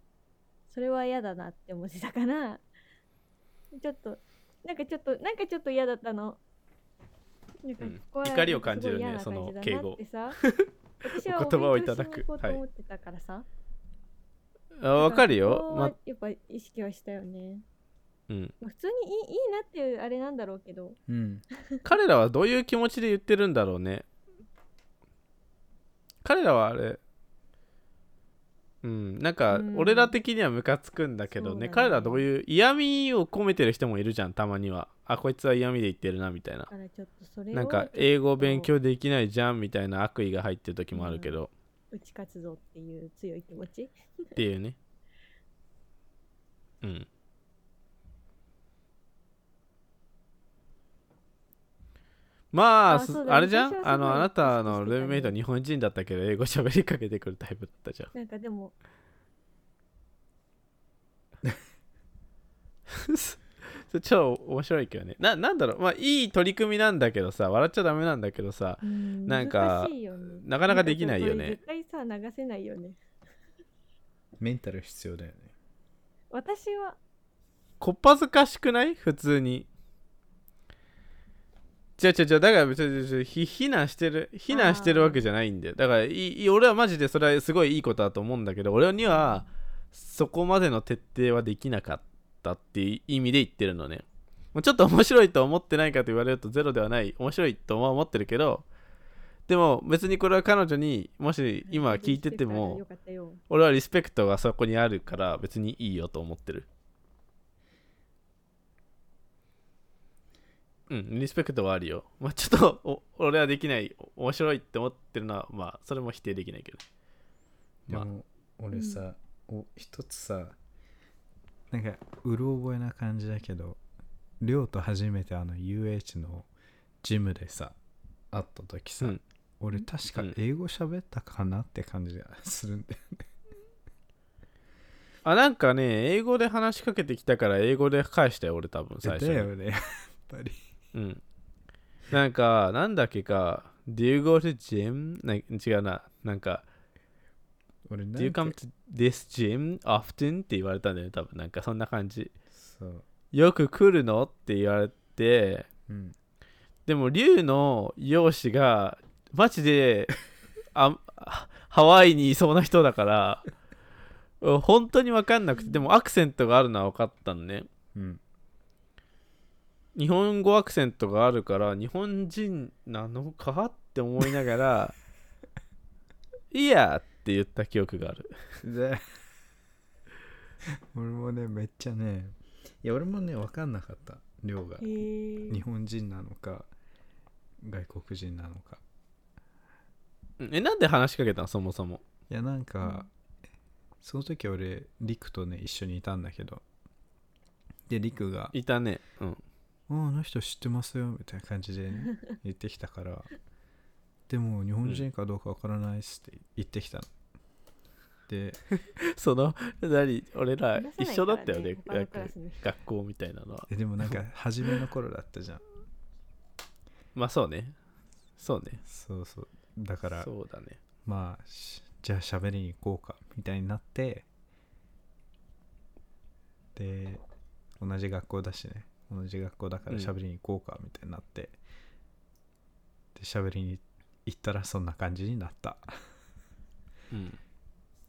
[SPEAKER 3] それは嫌だなって思ってたからちょっとなんかちょっとなんかちょっと嫌だったのなんか
[SPEAKER 1] うん
[SPEAKER 3] ここは
[SPEAKER 1] 怒りを感じるね
[SPEAKER 3] なんかすごい嫌な
[SPEAKER 1] その敬語
[SPEAKER 3] 感じだなってさ
[SPEAKER 1] [laughs]
[SPEAKER 3] 私
[SPEAKER 1] お
[SPEAKER 3] は
[SPEAKER 1] 言葉を
[SPEAKER 3] お勉
[SPEAKER 1] いただ
[SPEAKER 3] 強し
[SPEAKER 1] く
[SPEAKER 3] に行こうと思ってたからさ、
[SPEAKER 1] あ分かる
[SPEAKER 3] だらそ
[SPEAKER 1] よ
[SPEAKER 3] こは
[SPEAKER 1] ま
[SPEAKER 3] やっぱ意識はしたよね。
[SPEAKER 1] うん、
[SPEAKER 3] まあ普通にいいいいなっていうあれなんだろうけど、
[SPEAKER 2] うん
[SPEAKER 1] 彼らはどういう気持ちで言ってるんだろうね彼らはあれうんなんか
[SPEAKER 3] うん
[SPEAKER 1] 俺ら的にはムカつくんだけど
[SPEAKER 3] そう
[SPEAKER 1] ね
[SPEAKER 3] だね
[SPEAKER 1] 彼らはどういう嫌味を込めてる人もいるじゃんたまにはあこいつは嫌味で言ってるなみたいな
[SPEAKER 3] だからちょっとそれを
[SPEAKER 1] なんか
[SPEAKER 3] ちょっと
[SPEAKER 1] 英語勉強できないじゃんみたいな悪意が入ってる時もあるけど、
[SPEAKER 3] 打ち勝つぞっていう強い気持ち。
[SPEAKER 1] っていうねうんまあ
[SPEAKER 3] あ
[SPEAKER 1] す
[SPEAKER 3] そうだ
[SPEAKER 1] あれじゃん
[SPEAKER 3] 私はすごい
[SPEAKER 1] あのあなた
[SPEAKER 3] 意識してた
[SPEAKER 1] の
[SPEAKER 3] ね
[SPEAKER 1] ルームメイトは日本人だったけど英語喋りかけてくるタイプだったじゃ
[SPEAKER 3] なんかでも、
[SPEAKER 1] ん [laughs] それ超面白いけどねななんだろうまあいい取り組みなんだけどさ笑っちゃダメなんだけどさ
[SPEAKER 3] うん
[SPEAKER 1] なんか
[SPEAKER 3] 難しいよね
[SPEAKER 1] なかなかできないよね
[SPEAKER 3] んかこれ絶対さ、流せないよね。
[SPEAKER 2] メンタル必要だよね
[SPEAKER 3] 私は、
[SPEAKER 1] こっぱずかしくない普通に違う違う違うだから別に別にひ非難してる非難してるわけじゃないんだよだからいい俺はマジでそれはすごいいいことだと思うんだけど俺にはそこまでの徹底はできなかったっていう意味で言ってるのねもうちょっと面白いと思ってないかと言われるとゼロではない面白いとは思ってるけどでも別にこれは彼女にもし今聞いてても
[SPEAKER 3] よかったよ。
[SPEAKER 1] 俺はリスペクトがそこにあるから別にいいよと思ってるうんリスペクトはあるよまあちょっとお俺はできないお面白いって思ってるのはまあそれも否定できないけど
[SPEAKER 2] で
[SPEAKER 1] まあ
[SPEAKER 2] も俺さ、お一つさなんかうろ覚えな感じだけど亮と初めてあの UH のジムでさ会った時さ、
[SPEAKER 1] うん
[SPEAKER 2] 俺確か
[SPEAKER 1] うん
[SPEAKER 2] 英語喋ったかなって感じがするんだよね、
[SPEAKER 1] あなんかね英語で話しかけてきたから英語で返したよ俺多分 [laughs] 最初
[SPEAKER 2] だ
[SPEAKER 1] に
[SPEAKER 2] よねやっぱり
[SPEAKER 1] うんなんかなんだっけか Do you go to gym? な違うななんか
[SPEAKER 2] 俺なん
[SPEAKER 1] Do you
[SPEAKER 2] か
[SPEAKER 1] come to this gym often? って言われたんだよね多分なんかそんな感じ
[SPEAKER 2] そう
[SPEAKER 1] よく来るのって言われて
[SPEAKER 2] うん
[SPEAKER 1] でも龍の容姿がマジであハワイにいそうな人だからうん本当に分かんなくてでもアクセントがあるのは分かったのね
[SPEAKER 2] うん
[SPEAKER 1] 日本語アクセントがあるから日本人なのかって思いながら [laughs] 「いや」って言った記憶がある
[SPEAKER 2] で [laughs] 俺もねめっちゃねいや俺もね分かんなかった亮が
[SPEAKER 3] へー
[SPEAKER 2] 日本人なのか外国人なのか
[SPEAKER 1] うんえなんで話しかけたのそもそも
[SPEAKER 2] いやなんか、その時俺陸とね一緒にいたんだけどで陸が
[SPEAKER 1] いたねうん
[SPEAKER 2] 「ああの人知ってますよ」みたいな感じで
[SPEAKER 1] [laughs]
[SPEAKER 2] ね、言ってきたから「でも日本人かどうかわからないっす」って言ってきたの。で
[SPEAKER 1] その何俺ら
[SPEAKER 3] 話せない
[SPEAKER 1] 一緒だったよね
[SPEAKER 3] からね
[SPEAKER 1] なん
[SPEAKER 3] 他のクラ
[SPEAKER 1] か
[SPEAKER 3] スの人
[SPEAKER 1] 学校みたいなのは
[SPEAKER 2] えでもな
[SPEAKER 1] [laughs]
[SPEAKER 2] んか初めの頃だったじゃん
[SPEAKER 1] まあそうねそうね
[SPEAKER 2] そうそうだから
[SPEAKER 1] そうだね
[SPEAKER 2] まあしじゃあ喋りに行こうかみたいになってで同じ学校だしね同じ学校だから
[SPEAKER 1] うん
[SPEAKER 2] 喋りに行こうかみたいになって、で喋りに行ったらそんな感じになった
[SPEAKER 1] うん、
[SPEAKER 3] うん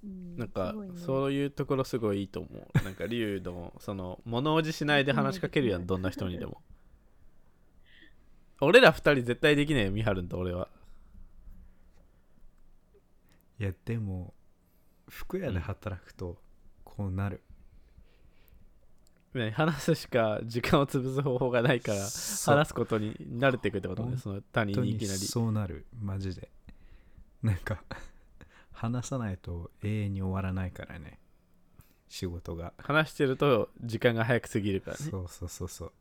[SPEAKER 1] なんか
[SPEAKER 3] すごいね
[SPEAKER 1] そういうところすごいいいと思うなんか龍のその物おじしないで話しかけるやんどんな人にでも俺ら二人絶対できないよみはるんと俺はい
[SPEAKER 2] やでも服屋で働くとこうなる、
[SPEAKER 1] ね話すしか時間を潰す方法がないから
[SPEAKER 2] そう
[SPEAKER 1] 話すことに慣れていくってことねその他
[SPEAKER 2] 本
[SPEAKER 1] 人
[SPEAKER 2] 当
[SPEAKER 1] に
[SPEAKER 2] に
[SPEAKER 1] いきなり
[SPEAKER 2] そうなるマジでなんか話さないと永遠に終わらないからね仕事が
[SPEAKER 1] 話してると時間が早く過ぎるからね
[SPEAKER 2] そうそうそうそう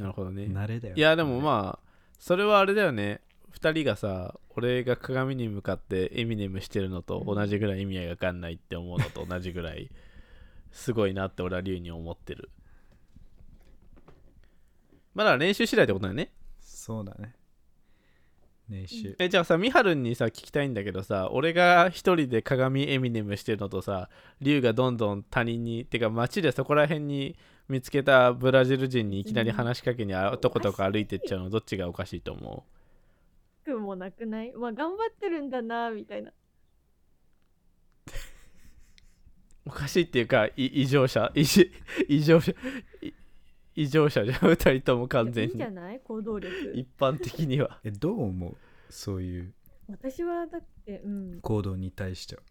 [SPEAKER 1] なるほどね
[SPEAKER 2] 慣れだよ
[SPEAKER 1] いやでもまあそれはあれだよね2人がさ俺が鏡に向かってエミネムしてるのと同じぐらい意味が分かんないって思うのと同じぐらいすごいなって俺は龍に思ってるまあだから練習次第ってことだよね
[SPEAKER 2] そうだね練習
[SPEAKER 1] えじゃあさみはるんにさ聞きたいんだけどさ俺が一人で鏡エミネムしてるのとさ龍がどんどん他人にてか街でそこら辺に見つけたブラジル人にいきなり話しかけにあとことか歩いてっちゃうのどっちがおかしいと思う
[SPEAKER 3] くもなくないまあ頑張ってるんだなみたいな
[SPEAKER 1] おかしいっていうかい異常者 [laughs] 異常異常者い異常者じゃん2人とも完全
[SPEAKER 3] いいんじ
[SPEAKER 1] に
[SPEAKER 3] ゃない行動力
[SPEAKER 1] 一般的には
[SPEAKER 2] えどう思うそういう
[SPEAKER 3] 私はだってうん
[SPEAKER 2] 行動に対しては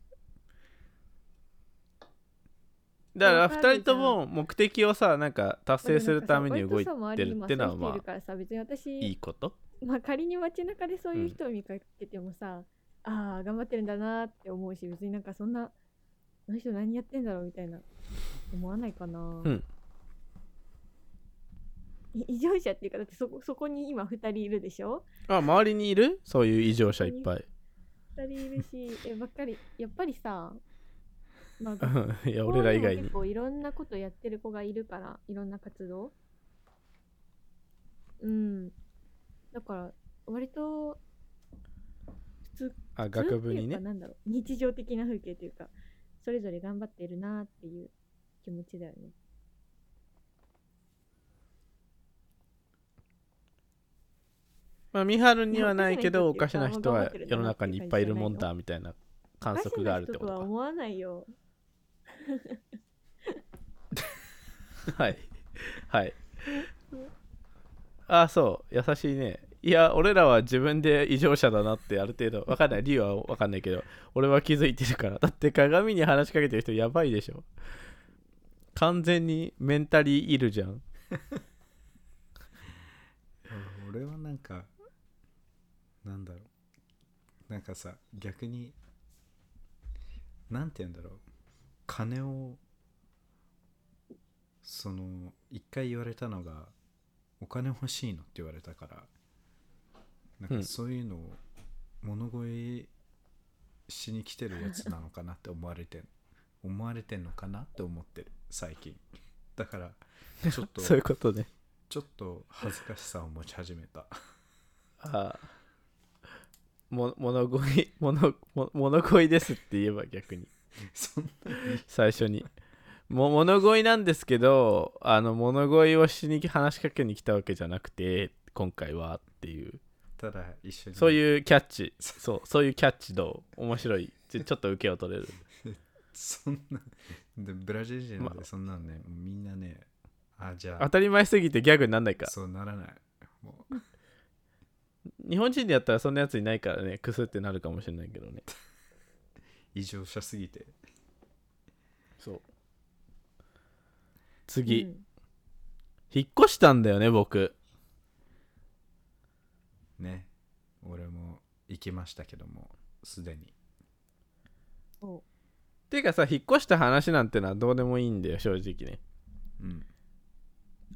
[SPEAKER 1] だから
[SPEAKER 3] わかる
[SPEAKER 1] 2人とも目的をさなんか達成するために動いてるってのはま
[SPEAKER 3] まあ
[SPEAKER 1] あ
[SPEAKER 3] 別に私
[SPEAKER 1] いいこと
[SPEAKER 3] まあ仮に街中でそういう人を見かけてもさ、ああ頑張ってるんだなーって思うし別になんかそんなあの人何やってんだろうみたいな思わないかな、
[SPEAKER 1] ん
[SPEAKER 3] い異常者っていうかだってそこそこに今2人いるでしょ
[SPEAKER 1] あ周りにいるそういう異常者いっぱい
[SPEAKER 3] ?2 人いる
[SPEAKER 1] [laughs]
[SPEAKER 3] しえばっかりやっぱりさ、まあ、
[SPEAKER 1] いや [laughs] 俺ら以外に
[SPEAKER 3] 結構いろんなことやってる子がいるからいろんな活動うんだから割と普通
[SPEAKER 1] あ学部に
[SPEAKER 3] 普通っていうか
[SPEAKER 1] ね
[SPEAKER 3] なんだろう日常的な風景というかそれぞれ頑張っているなっていう気持ちだよね
[SPEAKER 1] まあ見張るにはないけどお
[SPEAKER 3] お
[SPEAKER 1] か
[SPEAKER 3] か
[SPEAKER 1] し
[SPEAKER 3] し
[SPEAKER 1] な
[SPEAKER 3] な
[SPEAKER 1] 人
[SPEAKER 3] 人っ
[SPEAKER 1] は
[SPEAKER 3] ていうか
[SPEAKER 1] 世の中にいっぱいいるもんだみたいな
[SPEAKER 3] お
[SPEAKER 1] 観
[SPEAKER 3] かし
[SPEAKER 1] 測があ
[SPEAKER 3] な
[SPEAKER 1] るって
[SPEAKER 3] 人
[SPEAKER 1] こととか
[SPEAKER 3] は思わないよ
[SPEAKER 1] [laughs] はい。はい。ああ、そう。優しいね。いや、俺らは自分で異常者だなってある程度、わかんない。理由はわかんないけど、俺は気づいてるから。だって鏡に話しかけてる人やばいでしょ。完全にメンタリーいるじゃん。
[SPEAKER 2] 俺はなんかなんだろうなんかさ逆になんて言うんだろう金をその一回言われたのがお金欲しいのって言われたからなん
[SPEAKER 1] うん
[SPEAKER 2] かそういうのを物乞いしに来てるやつなのかなって思われてん思われてんのかなって思ってる最近
[SPEAKER 1] [laughs]
[SPEAKER 2] だからちょっと
[SPEAKER 1] そういうことね。
[SPEAKER 2] ちょっと恥ずかしさを持ち始
[SPEAKER 1] [laughs]
[SPEAKER 2] めた
[SPEAKER 1] ああ。も物乞い、物物物乞いですって言えば逆に。
[SPEAKER 2] そんな
[SPEAKER 1] 最初にも物乞いなんですけどあの物乞いをしに話しかけに来たわけじゃなくて今回はっていう
[SPEAKER 2] たら一緒に
[SPEAKER 1] そういうキャッチそうそういうキャッチどう面白いちょちょっと受けを取れる
[SPEAKER 2] そんなでブラジル人なん
[SPEAKER 1] ま
[SPEAKER 2] でそんなのね、みんなねあじゃ
[SPEAKER 1] 当
[SPEAKER 2] あ
[SPEAKER 1] たり前すぎてギャグになんないか
[SPEAKER 2] そうならないもう
[SPEAKER 1] 日本人でやったらそんなやついないからねクスってなるかもしれないけどね
[SPEAKER 2] 異常者すぎて
[SPEAKER 1] そう次、
[SPEAKER 3] うん
[SPEAKER 1] 引っ越したんだよね僕
[SPEAKER 2] ね俺も行きましたけどもすでに
[SPEAKER 3] そう
[SPEAKER 1] ていうかさ引っ越した話なんてのはどうでもいいんだよ正直ね
[SPEAKER 2] うん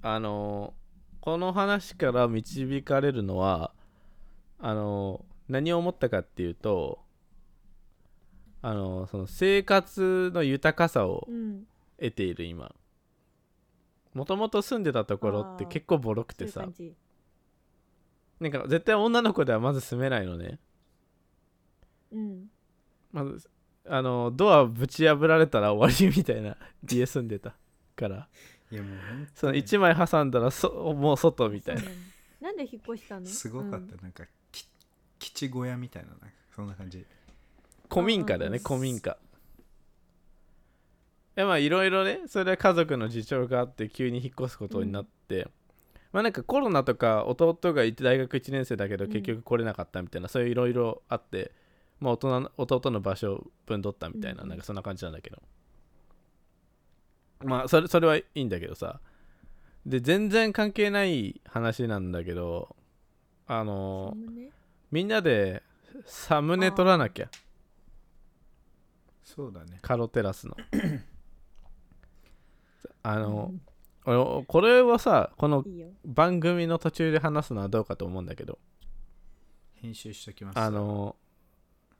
[SPEAKER 1] あのこの話から導かれるのはあの何を思ったかっていうとあのその生活の豊かさを
[SPEAKER 3] うん
[SPEAKER 1] 得ている今もともと住んでたところって
[SPEAKER 3] あー
[SPEAKER 1] 結構ボロく
[SPEAKER 3] そう
[SPEAKER 1] て
[SPEAKER 3] いう
[SPEAKER 1] さ
[SPEAKER 3] 感じ
[SPEAKER 1] なんか絶対女の子ではまず住めないのね
[SPEAKER 3] うん
[SPEAKER 1] まずあのドアぶち破られたら終わりみたいな家住んでたから
[SPEAKER 2] いやもう本
[SPEAKER 1] その1枚挟んだらそもう外みたいな
[SPEAKER 3] そうなのなんで引っ越した
[SPEAKER 2] 当
[SPEAKER 3] の
[SPEAKER 2] にすごかった、なんかき基地小屋みたいななんかそんな感じ
[SPEAKER 1] 古民家だよね
[SPEAKER 3] うん
[SPEAKER 1] 古民家いやまあいろいろねそれは家族の事情があって急に引っ越すことになって、まあなんかコロナとか弟がいて大学1年生だけど
[SPEAKER 3] うん
[SPEAKER 1] 結局来れなかったみたいな、そういういろいろあって、まあ、大人の弟の場所を分取ったみたいな,、
[SPEAKER 3] うん
[SPEAKER 1] なんかそんな感じなんだけどまあそれそれはいいんだけどさで全然関係ない話なんだけどあ
[SPEAKER 3] うん
[SPEAKER 1] の
[SPEAKER 3] そんなね
[SPEAKER 1] みんなでサムネ取らなきゃ
[SPEAKER 2] そうだね
[SPEAKER 1] カロテラスのあの、俺これはさこの
[SPEAKER 3] いいよ
[SPEAKER 1] 番組の途中で話すのはどうかと思うんだけど
[SPEAKER 2] 編集しときます
[SPEAKER 1] あの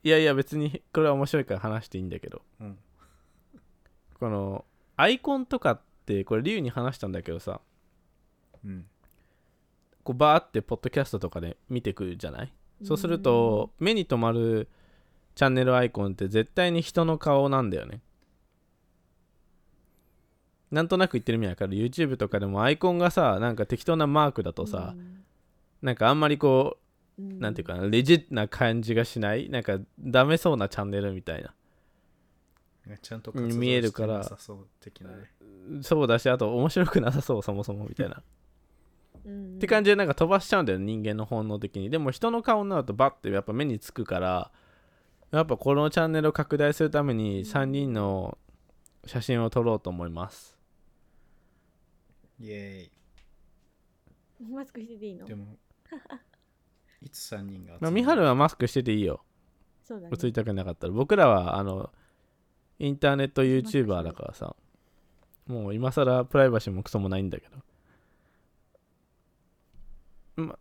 [SPEAKER 1] いやいや別にこれは面白いから話していいんだけど
[SPEAKER 2] うん
[SPEAKER 1] このアイコンとかってこれリュウに話したんだけどさ
[SPEAKER 2] うん
[SPEAKER 1] こうバーってポッドキャストとかで見てくるじゃないそうすると目に留まるチャンネルアイコンって絶対に人の顔なんだよねなんとなく言ってる意味わかる YouTube とかでもアイコンがさなんか適当なマークだとさ、、なんかあんまりこうなんていう
[SPEAKER 3] か
[SPEAKER 1] かなレジットな感じがしないなんかダメそうなチャンネルみたいな
[SPEAKER 2] ちゃんと
[SPEAKER 1] うん見えるから
[SPEAKER 2] 活動してなさそう的なね
[SPEAKER 1] そうだしあと面白くなさそうそもそもみたいな
[SPEAKER 3] っ
[SPEAKER 1] って感じでなんか飛ばしちゃうんだよね人間の本能的にでも人の顔になるとバッてやっぱ目につくからやっぱこのチャンネルを拡大するために3人の写真を撮ろうと思います
[SPEAKER 2] イエ
[SPEAKER 3] マスクしてていい
[SPEAKER 2] ー
[SPEAKER 3] の
[SPEAKER 2] イでもいつ3人が集
[SPEAKER 1] [laughs]
[SPEAKER 2] ま
[SPEAKER 1] まあ
[SPEAKER 2] る
[SPEAKER 1] みはるはマスクしてていいよ
[SPEAKER 3] そうだね
[SPEAKER 1] 映りたくなかったら僕らはあのインターネット YouTuber だからさもう今更プライバシーもクソもないんだけどま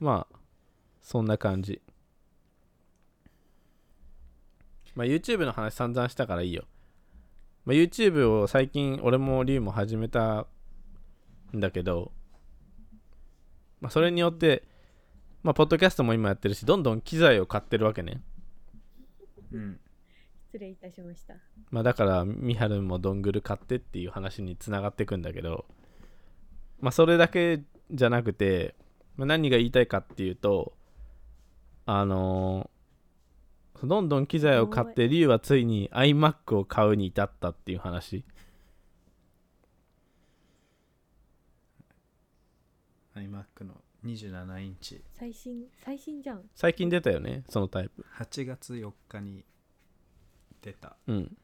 [SPEAKER 1] [laughs] まあそんな感じまあ YouTube の話散々したからいいよ、まあ、YouTube を最近俺もリュウも始めたんだけど、まあ、それによってまあポッドキャストも今やってるしどんどん機材を買ってるわけね
[SPEAKER 2] うん
[SPEAKER 3] 失礼いたしました
[SPEAKER 1] まあだからみはるもドングル買ってっていう話につながっていくんだけどまあそれだけじゃなくて、まあ、何が言いたいかっていうとあのーどんどん機材を買ってリュウはついに iMac を買うに至ったっていう話
[SPEAKER 2] iMac の27インチ
[SPEAKER 3] 最新最新じゃん
[SPEAKER 1] 最近出たよねそのタイプ
[SPEAKER 2] 8月4日に出た
[SPEAKER 1] うん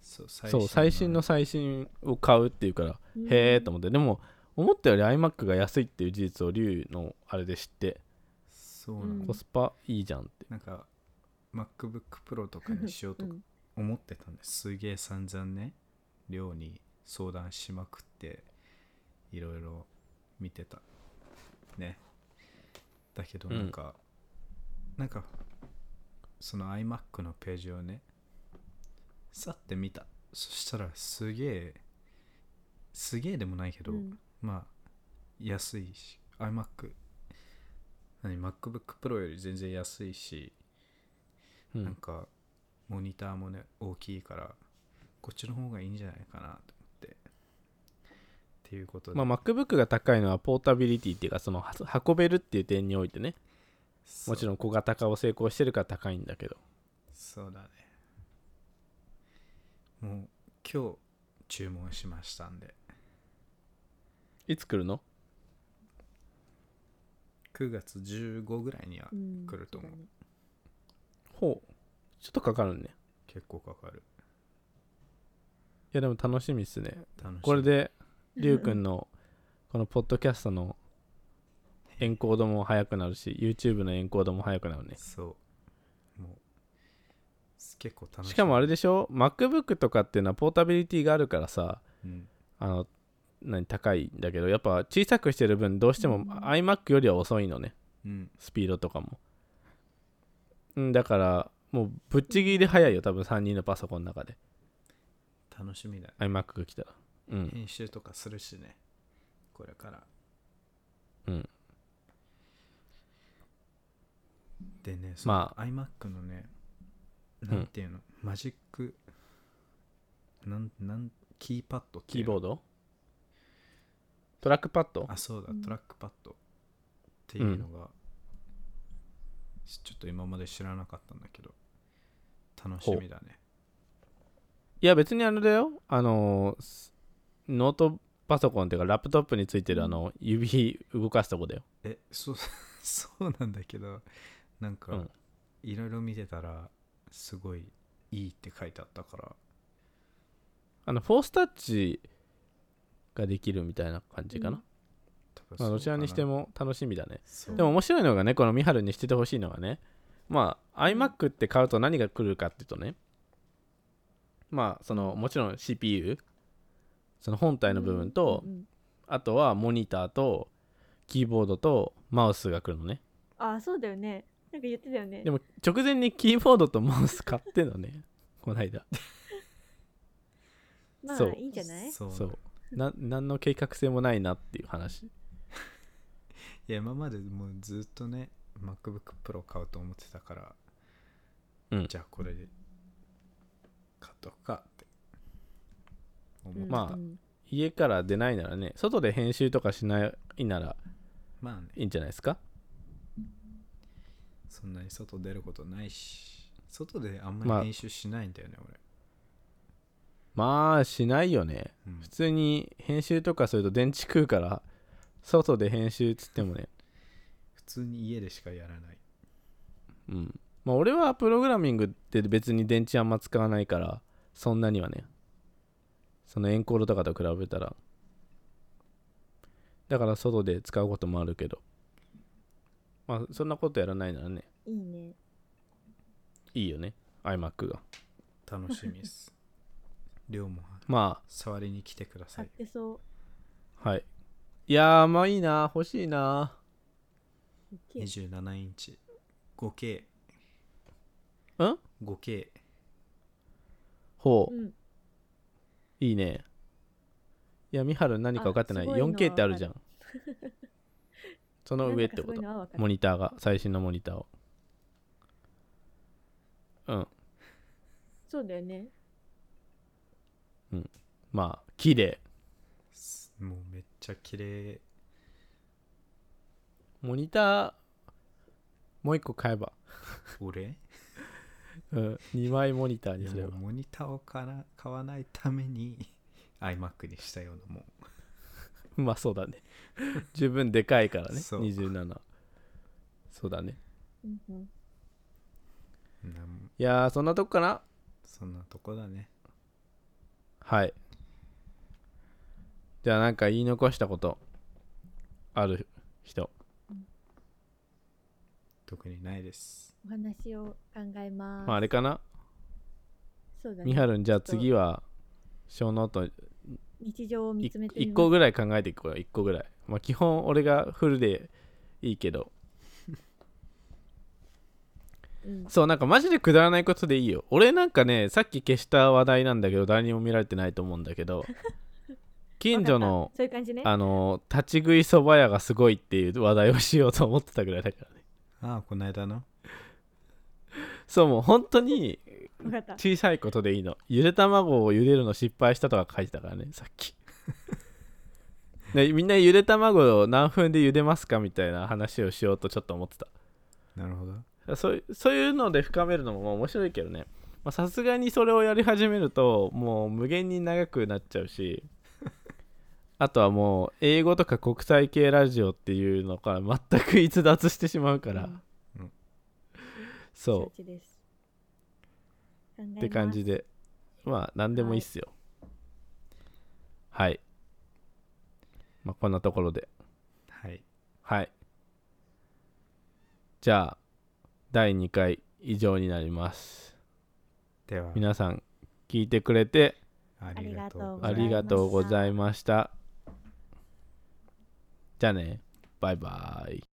[SPEAKER 2] そう最
[SPEAKER 1] そう最新の最新を買うっていうから
[SPEAKER 3] うん
[SPEAKER 1] へえと思ってでも思ったより iMac が安いっていう事実をリュウのあれで知って
[SPEAKER 2] そうなの、
[SPEAKER 3] うん
[SPEAKER 1] コスパいいじゃんって
[SPEAKER 2] なんか MacBook Pro とかにしようとか
[SPEAKER 3] ん
[SPEAKER 2] 思ってたんです、すげえ散々ね寮に相談しまくっていろいろ見てたねだけど
[SPEAKER 1] うん
[SPEAKER 2] なんか、なんかその iMac のページをねさって見たそしたらすげえすげえでもないけど、
[SPEAKER 3] うん
[SPEAKER 2] まあ安いし iMac 何 MacBook Pro より全然安いし、
[SPEAKER 1] うん
[SPEAKER 2] なんかモニターもね大きいからこっちの方がいいんじゃないかなと思ってっていうことで、
[SPEAKER 1] まあ、MacBook が高いのはポータビリティっていうかそのは運べるっていう点においてねもちろ
[SPEAKER 2] ん
[SPEAKER 1] ん小型化を成功してるから高いんだけど
[SPEAKER 2] そうだねもう今日注文しましたんで
[SPEAKER 1] いつ来るの
[SPEAKER 2] 9月15ぐらいには
[SPEAKER 3] うん
[SPEAKER 2] 来ると思う
[SPEAKER 3] そだね
[SPEAKER 1] ほうちょっとかかるねい
[SPEAKER 2] 結構かかる
[SPEAKER 1] やでも楽しみっすね
[SPEAKER 2] 楽しみ
[SPEAKER 1] これでりゅうくんのこのポッドキャストのエンコードも速くなるし YouTube のエンコードも速くなるね
[SPEAKER 2] そうもうす結構楽しみ
[SPEAKER 1] しかもあれでしょ MacBook とかっていうのはポータビリティがあるからさ
[SPEAKER 2] うん
[SPEAKER 1] あの何高いんだけどやっぱ小さくしてる分どうしても iMac よりは遅いのね
[SPEAKER 2] うん
[SPEAKER 1] スピードとかもうんだからもうぶっちぎりで早いよ多分3人のパソコンの中で
[SPEAKER 2] 楽しみだ
[SPEAKER 1] iMac が来たらうん
[SPEAKER 2] 編集とかするしねこれから
[SPEAKER 1] うん
[SPEAKER 2] でねその
[SPEAKER 1] ま
[SPEAKER 2] iMac のねなんていうの、マジックなんなんキーパッド
[SPEAKER 1] キーボ
[SPEAKER 2] ー
[SPEAKER 1] ードトラックパッド
[SPEAKER 2] あそうだ
[SPEAKER 3] うん
[SPEAKER 2] トラックパッドっていうのが、しちょっと今まで知らなかったんだけど楽しみだね
[SPEAKER 1] いや別にあれだよあのーすノートパソコンっていうかラップトップについてるあの指動かすとこだよ
[SPEAKER 2] えそう [laughs] そうなんだけどなん
[SPEAKER 1] う
[SPEAKER 2] か
[SPEAKER 1] ん
[SPEAKER 2] いろいろ見てたらすごいいいって書いてあったから
[SPEAKER 1] あのフォースタッチができるみたいな感じかな、
[SPEAKER 2] 多分
[SPEAKER 1] まあ、
[SPEAKER 2] そう
[SPEAKER 1] どちらにして
[SPEAKER 2] かな
[SPEAKER 1] も楽しみだね
[SPEAKER 2] そう
[SPEAKER 1] でも面白いのがねこのミハルにしててほしいのがねまあ iMac って買うと何が来るかっていうとねまあそのもちろん CPU その本体の部分と、
[SPEAKER 3] うんうんうん
[SPEAKER 1] あとはモニターとキーボードとマウスが来るのね
[SPEAKER 3] ああそうだよねなんか言ってたよね
[SPEAKER 1] でも直前にキーボードとマウス買ってんのねこないだ
[SPEAKER 3] ま
[SPEAKER 1] そう
[SPEAKER 3] あいいんじゃない
[SPEAKER 2] そう
[SPEAKER 1] そうな何の計画性もないなっていう話
[SPEAKER 2] いや今までもうずっとね MacBookPro 買うと思ってたから、
[SPEAKER 1] うん
[SPEAKER 2] じゃあこれで買っとくかって思って、
[SPEAKER 3] うん
[SPEAKER 1] まあ
[SPEAKER 3] うん
[SPEAKER 1] 家から出ないならね外で編集とかしないなら
[SPEAKER 2] まあね
[SPEAKER 1] いいんじゃないですか
[SPEAKER 2] そんなに外出ることないし外であん
[SPEAKER 1] ま
[SPEAKER 2] ま
[SPEAKER 1] あ
[SPEAKER 2] り練習しないんだよね、
[SPEAKER 1] まあしないよね
[SPEAKER 2] 俺、うん
[SPEAKER 1] 普通に編集とかすると電池食うから外で編集っつってもね
[SPEAKER 2] 普通に家でしかやらない
[SPEAKER 1] うんまあ俺はプログラミングって別に電池あんま使わないからそんなにはねそのエンコードとかと比べたらだから外で使うこともあるけどまあそんなことやらないならね
[SPEAKER 3] いいね
[SPEAKER 1] いいよね iMac が
[SPEAKER 2] 楽しみです量も
[SPEAKER 1] ま
[SPEAKER 2] 触りに来てくださ
[SPEAKER 3] 買っ
[SPEAKER 2] い
[SPEAKER 3] てそ
[SPEAKER 1] あはいいやーまあいいな欲しいな
[SPEAKER 3] う大きい
[SPEAKER 2] 27インチ 5K
[SPEAKER 1] うん
[SPEAKER 2] 5K
[SPEAKER 1] ほう、
[SPEAKER 3] うん
[SPEAKER 1] いいねいや美晴何か分かってない
[SPEAKER 3] あすごいのは
[SPEAKER 1] 4K ってあるじゃんその上ってこ
[SPEAKER 3] なんかすごい
[SPEAKER 1] と
[SPEAKER 3] のはわかる
[SPEAKER 1] モニターが最新のモニターをうん
[SPEAKER 3] そうだよね
[SPEAKER 1] まあ綺麗
[SPEAKER 2] すもうめっちゃ綺麗
[SPEAKER 1] モニターもう1個買えば、
[SPEAKER 2] 俺
[SPEAKER 1] うん、2枚モニター
[SPEAKER 2] い
[SPEAKER 1] に
[SPEAKER 2] や
[SPEAKER 1] すれ
[SPEAKER 2] もう
[SPEAKER 1] ば
[SPEAKER 2] モニターを買わな買わないために iMac にしたようなもん
[SPEAKER 1] うまあそうだね十分でかいからね
[SPEAKER 2] そう
[SPEAKER 1] 27そうだね
[SPEAKER 3] うんうん
[SPEAKER 2] なん
[SPEAKER 1] いやーそんなとこかな
[SPEAKER 2] そんなとこだね
[SPEAKER 1] はい。じゃあなんか言い残したことある人。
[SPEAKER 2] 特にないです
[SPEAKER 3] お話を考えます、
[SPEAKER 1] まああれかな
[SPEAKER 3] そうだ
[SPEAKER 1] み
[SPEAKER 3] ね
[SPEAKER 1] はるんじゃあ次は小ノート
[SPEAKER 3] 日常を見つめてみ
[SPEAKER 1] 1
[SPEAKER 3] ます
[SPEAKER 1] 個ぐらい考えていこうよ1個ぐらい。まあ基本俺がフルでいいけど。
[SPEAKER 3] うん
[SPEAKER 1] そうなんかマジでくだらないことでいいよ。俺なんかねさっき消した話題なんだけど誰にも見られてないと思うんだけ
[SPEAKER 3] [laughs]
[SPEAKER 1] ど近所
[SPEAKER 3] わか
[SPEAKER 1] の
[SPEAKER 3] ったそういう感じね
[SPEAKER 1] あの立ち食いそば屋がすごいっていう話題をしようと思ってたぐらいだからね。
[SPEAKER 2] ああこの間の
[SPEAKER 1] そうもう本当に
[SPEAKER 3] わかった
[SPEAKER 1] 小さいことでいいのゆで卵を茹でるの失敗したとか書いてたからねさっき [laughs] ねみんなゆで卵を何分で茹でますかみたいな話をしようとちょっと思って
[SPEAKER 2] なるほど
[SPEAKER 1] たそういそういうので深めるのもまあ面白いけどねまあさすがにそれをやり始めるともう無限に長くなっちゃうし [laughs] あとはもう英語とか国際系ラジオっていうのから全く逸脱してしまうから、
[SPEAKER 2] うんうん
[SPEAKER 1] そう
[SPEAKER 3] 承知です考えます
[SPEAKER 1] って感じでまあ何でもいいっすよはい、まあこんなところで
[SPEAKER 2] はい
[SPEAKER 1] はいじゃあ第2回以上になります
[SPEAKER 2] では
[SPEAKER 1] 皆さん聞いてくれて
[SPEAKER 2] ありがとうござ
[SPEAKER 1] あ
[SPEAKER 2] います
[SPEAKER 1] りがとうございましたじゃあねバイバイ